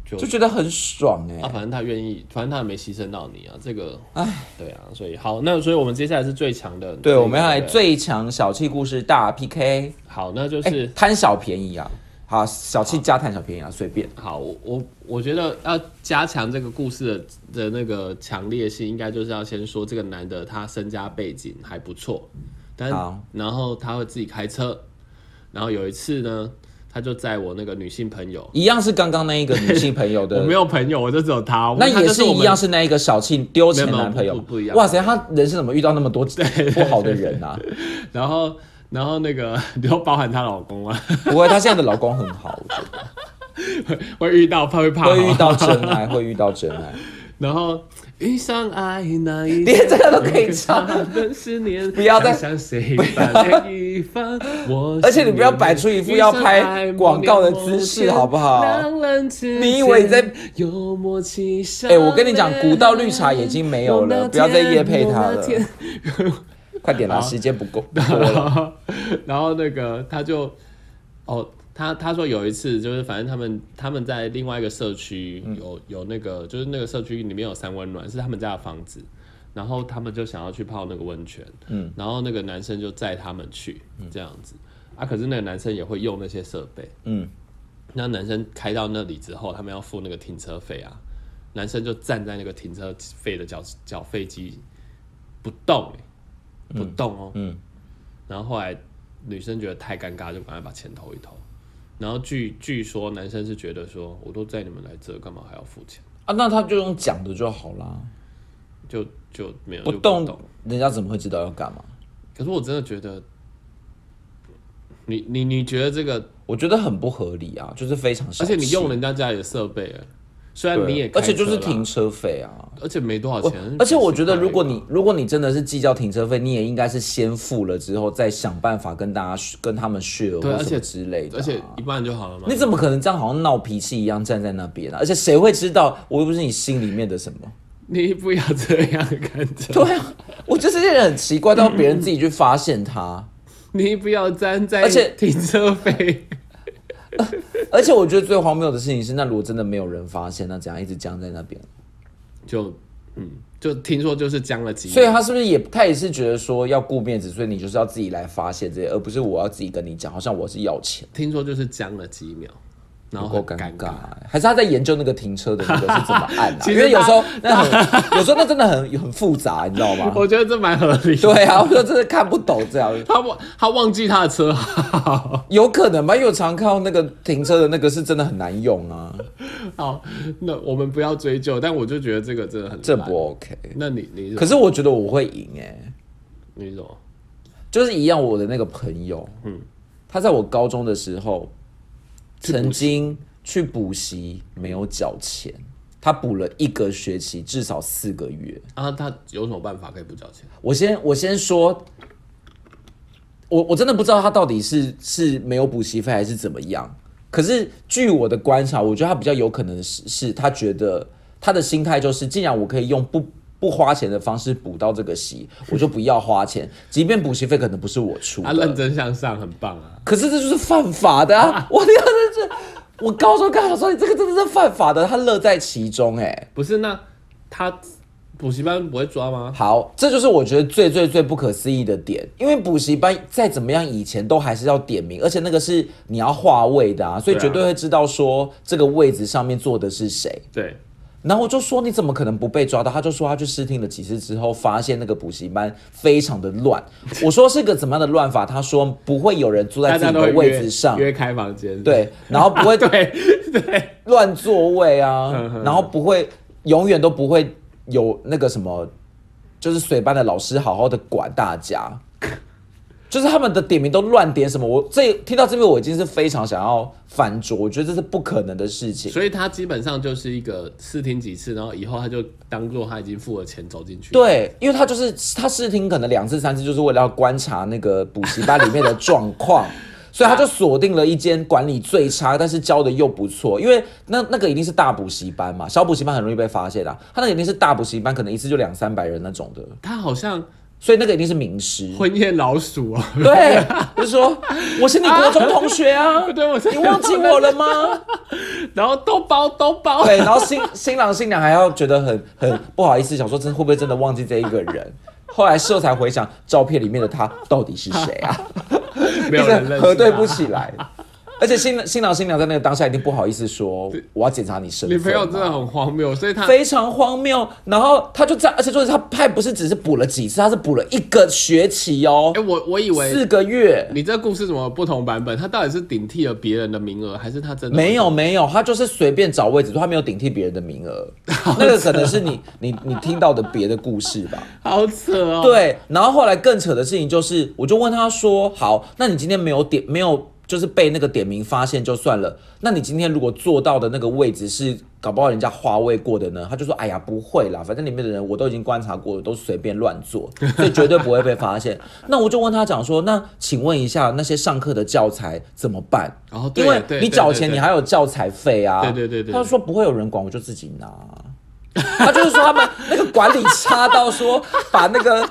Speaker 1: 就
Speaker 2: 就觉得很爽哎、
Speaker 1: 啊，反正他愿意，反正他也没牺牲到你啊，这个，哎，对啊，所以好，那所以我们接下来是最强的，
Speaker 2: 对，我们要来
Speaker 1: 对啊不对
Speaker 2: 最强小气故事大 PK，
Speaker 1: 好，那就
Speaker 2: 哎
Speaker 1: 是、
Speaker 2: 贪小便宜啊，好小气加贪小便宜啊，随便。
Speaker 1: 好，我我我觉得要加强这个故事的的那个强烈性，应该就是要先说这个男的他身家背景还不错，但
Speaker 2: 好
Speaker 1: 然后他会自己开车，然后有一次呢，他就载我那个女性朋友，
Speaker 2: 一样是刚刚那一个女性朋友
Speaker 1: [LAUGHS] 我
Speaker 2: 的
Speaker 1: 没有朋友，我就只有他，
Speaker 2: 那
Speaker 1: 他
Speaker 2: 也
Speaker 1: 就是我
Speaker 2: 一
Speaker 1: 们
Speaker 2: 样，是那一个小气丢钱男朋
Speaker 1: 没有
Speaker 2: 友
Speaker 1: 没有不不不一样
Speaker 2: 哇塞，他人生怎么遇到那么多不好的人啊？
Speaker 1: 然后然后那个 [LAUGHS] 你就包含她老公啊，
Speaker 2: 不过她现在的老公很好，我觉得
Speaker 1: 会遇到怕会怕
Speaker 2: 会遇
Speaker 1: 哦
Speaker 2: 到真爱，会遇到真爱。
Speaker 1: 然后遇上爱那一
Speaker 2: 连这个都可以唱
Speaker 1: 的十年，
Speaker 2: [LAUGHS] 不要再
Speaker 1: 想谁把泪一番，我
Speaker 2: 而且你不要摆出一副要拍广告的姿势，好不好？你以为你在
Speaker 1: 幽默气息？
Speaker 2: 哎、我跟你讲，古道绿茶已经没有了，不要再夜配它了，快点啦，时间不够。
Speaker 1: [LAUGHS] 然后，然后那个他就，哦，他他说有一次就是，反正他们他们在另外一个社区
Speaker 2: 嗯
Speaker 1: 有、有那个，就是那个社区里面有三温暖，是他们家的房子。然后他们就想要去泡那个温泉，嗯，然后那个男生就载他们去，这样子啊。可是那个男生也会用那些设备，
Speaker 2: 嗯，
Speaker 1: 那男生开到那里之后，他们要付那个停车费啊，男生就站在那个停车费的缴缴费机不动、欸不动哦、
Speaker 2: 嗯
Speaker 1: 然后后来女生觉得太尴尬，就赶快把钱投一投。然后据据说男生是觉得说，我都载你们来这，干嘛还要付钱？
Speaker 2: 啊，那他就用讲的就好啦，
Speaker 1: 就就没有
Speaker 2: 不
Speaker 1: 就
Speaker 2: 动
Speaker 1: 动。
Speaker 2: 人家怎么会知道要干嘛？
Speaker 1: 可是我真的觉得，你你你觉得这个，
Speaker 2: 我觉得很不合理啊，就是非常小
Speaker 1: 而
Speaker 2: 气。
Speaker 1: 且你用人家家里的设备欸，虽然
Speaker 2: 对
Speaker 1: 你也开
Speaker 2: 而且就是
Speaker 1: 车啦
Speaker 2: 停，车费啊。
Speaker 1: 而且没多少
Speaker 2: 我
Speaker 1: 钱。
Speaker 2: 而且我觉得，
Speaker 1: 40块
Speaker 2: 如果
Speaker 1: 而已
Speaker 2: 你如果你真的是计较停车费，你也应该是先付了之后，再想办法跟大家跟他们 share
Speaker 1: 对
Speaker 2: 或
Speaker 1: 而
Speaker 2: 什
Speaker 1: 且
Speaker 2: 么之类的啊、
Speaker 1: 而且一半就好了嘛。
Speaker 2: 你怎么可能这样，好像闹脾气一样站在那边啊？而且谁会知道我又不是你心里面的什么？ [LAUGHS]
Speaker 1: 你不要这样看着， [LAUGHS]
Speaker 2: 对啊，我觉得这些人很奇怪，都要别人自己去发现他。
Speaker 1: 你不要站在，
Speaker 2: 而且
Speaker 1: 停车费，
Speaker 2: 而且我觉得最荒谬的事情是，那如果真的没有人发现，那怎样一直僵在那边？
Speaker 1: 就嗯，就听说就是僵了几年，
Speaker 2: 所以他是不是也他也是觉得说要顾面子，所以你就是要自己来发现这些，而不是我要自己跟你讲，好像我是要钱。
Speaker 1: 听说就是僵了几秒，然后
Speaker 2: 够
Speaker 1: 很
Speaker 2: 尴
Speaker 1: 尴
Speaker 2: 尬欸，还是他在研究那个停车的那个是
Speaker 1: [LAUGHS]
Speaker 2: 怎么按啊？
Speaker 1: 其
Speaker 2: 因
Speaker 1: 实
Speaker 2: 为有
Speaker 1: 他
Speaker 2: 时候那很，有时候那真的很很复杂，你知道
Speaker 1: [LAUGHS]
Speaker 2: 吗？
Speaker 1: 我觉得这蛮合理的。
Speaker 2: 对啊，我说真的看不懂这样，
Speaker 1: 他忘他忘记他的车号，
Speaker 2: 有可能吧？因为我常看到那个停车的那个是真的很难用啊，
Speaker 1: 好，那我们不要追究，但我就觉得这个真的很
Speaker 2: 这
Speaker 1: 烂。
Speaker 2: 不 OK。
Speaker 1: 那你你
Speaker 2: 可
Speaker 1: 是
Speaker 2: 是我觉得我会赢哎、
Speaker 1: 你怎么？
Speaker 2: 就是一样我的那个朋友，嗯，他在我高中的时候曾经去补习没有缴钱，他补了一个学期，至少四个月。
Speaker 1: 啊，他有什么办法可以不交钱？
Speaker 2: 我先我先说，我我真的不知道他到底是是没有补习费还是怎么样。可是据我的观察，我觉得他比较有可能是是他觉得他的心态就是，既然我可以用不不花钱的方式补到这个习，我就不要花钱，即便补习费可能不是我出
Speaker 1: 他
Speaker 2: 的。
Speaker 1: 啊认真向上，很棒啊！
Speaker 2: 可是这就是犯法的啊！ [LAUGHS] 我那个真是，我欸高中刚好说你这个真的是犯法的，他乐在其中哎、
Speaker 1: 不是，那他补习班不会抓吗？
Speaker 2: 好，这就是我觉得最最最不可思议的点，因为补习班再怎么样，以前都还是要点名，而且那个是你要划位的啊，所以
Speaker 1: 对啊
Speaker 2: 绝对会知道说这个位置上面坐的是谁。
Speaker 1: 对，
Speaker 2: 然后我就说你怎么可能不被抓到？他就说他去试听了几次之后，发现那个补习班非常的乱。我说是个怎么样的乱法？他说不会有人坐
Speaker 1: 大
Speaker 2: 在自
Speaker 1: 家
Speaker 2: 己
Speaker 1: 都
Speaker 2: 的
Speaker 1: 会
Speaker 2: 位
Speaker 1: 约
Speaker 2: 置上，
Speaker 1: 约开房间。
Speaker 2: 对，然后不会
Speaker 1: [LAUGHS] 对对，
Speaker 2: 乱座位啊
Speaker 1: [LAUGHS] 嗯，嗯
Speaker 2: 然后不会永远都不会有那个什么，就是水班的老师好好的管大家，就是他们的点名都乱点什么，我这听到这边我已经是非常想要翻桌，我觉得这是不可能的事情。
Speaker 1: 所以他基本上就是一个试听几次，然后以后他就当做他已经付了钱走进去。，
Speaker 2: 对，因为他就是他试听可能两次三次，就是为了要观察那个补习班里面的状况，所以他就锁定了一间管理最差，但是教的又不错，因为那那个一定是大补习班嘛，小补习班很容易被发现的、啊他那个一定是大补习班，可能一次就两三百人那种的，
Speaker 1: 他好像
Speaker 2: 所以那个一定是名师。
Speaker 1: 婚宴老鼠哦、 [LAUGHS]
Speaker 2: 对，就说我是你国中同学 [LAUGHS] 啊，
Speaker 1: 对我是
Speaker 2: 你忘记我了吗？
Speaker 1: 然后都包都包。
Speaker 2: [LAUGHS] 对，然后新新郎新娘还要觉得很很不好意思，想说真会不会真的忘记这一个人？ [LAUGHS] 后来事后才回想，照片里面的他到底是谁啊？
Speaker 1: [LAUGHS] 没有
Speaker 2: 就是
Speaker 1: 人认识啊他
Speaker 2: 核对不起来。而且新新郎新娘在那个当下一定不好意思说，我要检查你身份
Speaker 1: 女
Speaker 2: 嘛。
Speaker 1: 朋友真的很荒谬，所以他
Speaker 2: 非常荒谬。然后他就在，而且就是他派不是只是补了几次，他是补了一个学期哦
Speaker 1: 哎、，我我以为
Speaker 2: 四个月。
Speaker 1: 你这故事怎么有不同版本？他到底是顶替了别人的名额，还是他真的
Speaker 2: 没有没有，他就是随便找位置，他没有顶替别人的
Speaker 1: [LAUGHS]
Speaker 2: 名额。那个可能是你你你听到的别的故事吧。
Speaker 1: 好扯哦？，
Speaker 2: 对，然后后来更扯的事情就是，我就问他说：“好，那你今天没有点没有就是被那个点名发现就算了，那你今天如果坐到的那个位置是搞不好人家划位过的呢？”他就说：“哎呀，不会啦，反正里面的人我都已经观察过了，都随便乱坐，所以绝对不会被发现。”那我就问他讲说：“那请问一下，那些上课的教材怎么办？”
Speaker 1: 哦对
Speaker 2: 因为
Speaker 1: 对
Speaker 2: 你
Speaker 1: 对
Speaker 2: 找
Speaker 1: 对
Speaker 2: 钱，
Speaker 1: 对
Speaker 2: 你还有教材费啊。
Speaker 1: 对对对对
Speaker 2: 他就说不会有人管，我就自己拿。他就是说他们那个管理差到说把那个。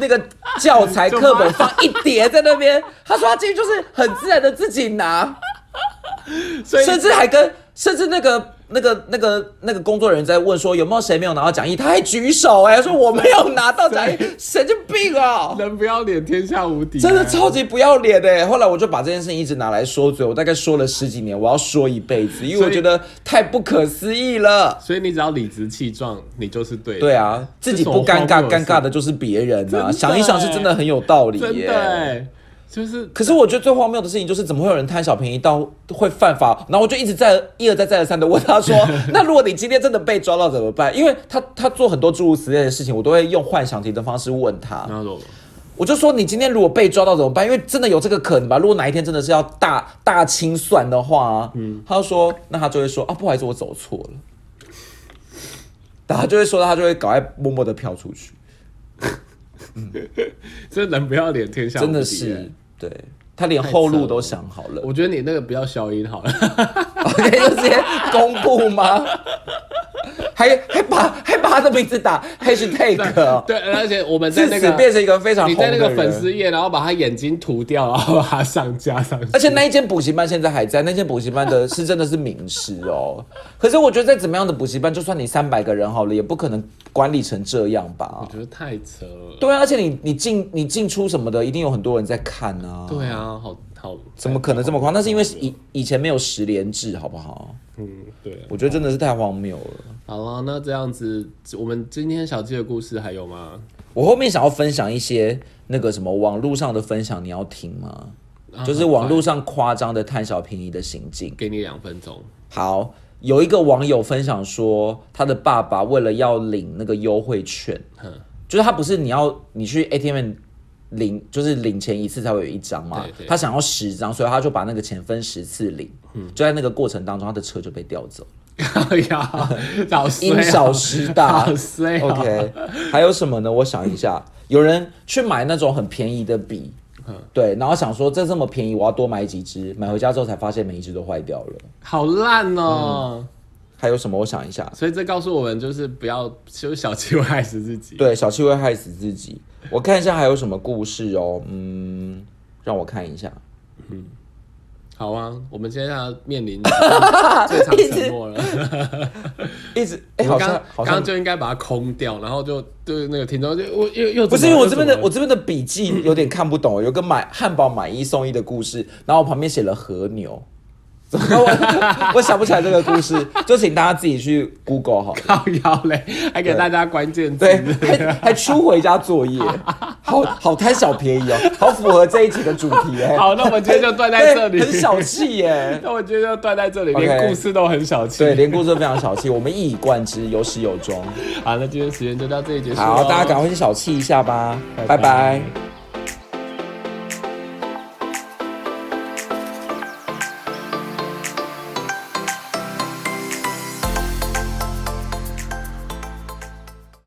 Speaker 2: 那个教材课本放一叠在那边，他说他进去就是很自然的自己
Speaker 1: [LAUGHS]
Speaker 2: 拿，
Speaker 1: 所以
Speaker 2: 甚至还跟甚至那个那个那个那个工作人员在问说有没有谁没有拿到讲义，他还举手哎、说我没有拿到
Speaker 1: [LAUGHS]
Speaker 2: 讲义，神经病啊！
Speaker 1: 人不要脸，天下无敌、啊
Speaker 2: 真的超级不要脸的欸。后来我就把这件事情一直拿来说嘴，我大概说了十几年，我要说一辈子，因为我觉得太不可思议了。
Speaker 1: 所以你只要理直气壮，你就是对的。
Speaker 2: 对啊，自己不尴尬，尴尬的就是别人
Speaker 1: 真
Speaker 2: 啊。
Speaker 1: 的欸
Speaker 2: 想一想是真的很有道理
Speaker 1: 真
Speaker 2: 耶、
Speaker 1: 的、欸，就是
Speaker 2: 可是我觉得最荒谬的事情就是，怎么会有人贪小便宜到会犯法？然后我就一直在一而再再而三的问他
Speaker 1: [LAUGHS]
Speaker 2: 说：“那如果你今天真的被抓到怎么办？”因为他他做很多诸如此类的事情，我都会用幻想题的方式问他。
Speaker 1: 然后说
Speaker 2: 我就说你今天如果被抓到怎么办？因为真的有这个可能吧。如果哪一天真的是要大大清算的话，嗯，他就说，那他就会说啊，不好意思，我走错了。然后他就会说，他就会赶快默默的飘出去，
Speaker 1: 这人不要脸，天下无敌、
Speaker 2: 真的
Speaker 1: 欸
Speaker 2: 是，对他连后路都想好了，
Speaker 1: 我觉得你那个不要消音好了，
Speaker 2: 我可以 [LAUGHS] 就直接公布吗？ [LAUGHS] 还还把还把他的名字打 hashtag，
Speaker 1: [LAUGHS] 对，而且我们在
Speaker 2: 啊自
Speaker 1: 那
Speaker 2: 此
Speaker 1: 个
Speaker 2: 变成一个非常
Speaker 1: 你
Speaker 2: 红的
Speaker 1: 在那
Speaker 2: 人。
Speaker 1: 个粉丝页，然后把他眼睛涂掉，然后把他上架上去。 [LAUGHS]
Speaker 2: 而且那一间补习班现在还在，那间补习班的是真的是名师哦。可是我觉得再怎么样的补习班，就算你三百个人好了，也不可能管理成这样
Speaker 1: 我
Speaker 2: 吧？
Speaker 1: 觉得太扯了。
Speaker 2: 对啊，而且你你进你进出什么的，一定有很多人在看啊。，
Speaker 1: 对啊，好好，
Speaker 2: 怎么可能这么夸张？那是因为以以前没有十连制，好不好？
Speaker 1: 嗯，对啊。
Speaker 2: 我觉得真的是太荒谬了。
Speaker 1: 好啊，那这样子，我们今天小鸡的故事还有吗？
Speaker 2: 我后面想要分享一些那个什么网络上的分享，你要听吗？
Speaker 1: 啊
Speaker 2: 就是网络上夸张的贪小便宜的行径。
Speaker 1: 给你两分钟。 [LAUGHS]
Speaker 2: 好，有一个网友分享说，他的爸爸为了要领那个优惠券，
Speaker 1: 哼
Speaker 2: 就是他不是你要你去 ATM 领，就是领钱一次才会有一张嘛
Speaker 1: 对，对
Speaker 2: 他想要十张，所以他就把那个钱分十次领。
Speaker 1: 嗯
Speaker 2: 就在那个过程当中，他的车就被
Speaker 1: [LAUGHS]
Speaker 2: 调走，
Speaker 1: 哎呀，早睡啊
Speaker 2: 因小失大。
Speaker 1: 好衰啊
Speaker 2: OK，还有什么呢？我想一下，有人去买那种很便宜的笔。
Speaker 1: 嗯
Speaker 2: 对，然后想说这这么便宜，我要多买几支。买回家之后才发现每一支都坏掉了。
Speaker 1: 好烂哦、
Speaker 2: 还有什么？我想一下，
Speaker 1: 所以这告诉我们，就是不要，就是小鸡会害死自己。
Speaker 2: 对，小气会害死自己。我看一下还有什么故事哦，嗯，让我看一下。
Speaker 1: 好啊，我们现在要面 [LAUGHS] 临最长沉默了。
Speaker 2: 一直哎、
Speaker 1: 我们
Speaker 2: 好
Speaker 1: 刚
Speaker 2: 像好
Speaker 1: 刚
Speaker 2: 像
Speaker 1: 刚就应该把它空掉，然后就对那个听众就我又又
Speaker 2: 不是
Speaker 1: 怎
Speaker 2: 因
Speaker 1: 么
Speaker 2: 为
Speaker 1: 又
Speaker 2: 我这边
Speaker 1: 怎
Speaker 2: 的
Speaker 1: 么
Speaker 2: 我这边的笔记有点看不懂，有个买汉堡买一送一的故事，然后我旁边写了和牛， [LAUGHS] 怎么 [LAUGHS] 我我想不起来这个故事，就请大家自己去 Google 好了。
Speaker 1: [LAUGHS] 靠腰嘞，还给大家关键字。
Speaker 2: 对，还还出回家作业，好好贪小便宜哦，好符合这一集的主题
Speaker 1: [LAUGHS] [LAUGHS]
Speaker 2: 哎、
Speaker 1: 好，那我们今天就断在这里。
Speaker 2: 对很小气耶。
Speaker 1: 那我今天就断在这里，
Speaker 2: OK
Speaker 1: 连故事都很小气。
Speaker 2: 对，连故事都非常小气，我们一以贯之，有始有终。
Speaker 1: 好，那今天时间就到这里结束。
Speaker 2: 好，大家赶。快去小气一下吧，
Speaker 1: 拜
Speaker 2: 拜
Speaker 1: 拜
Speaker 2: 拜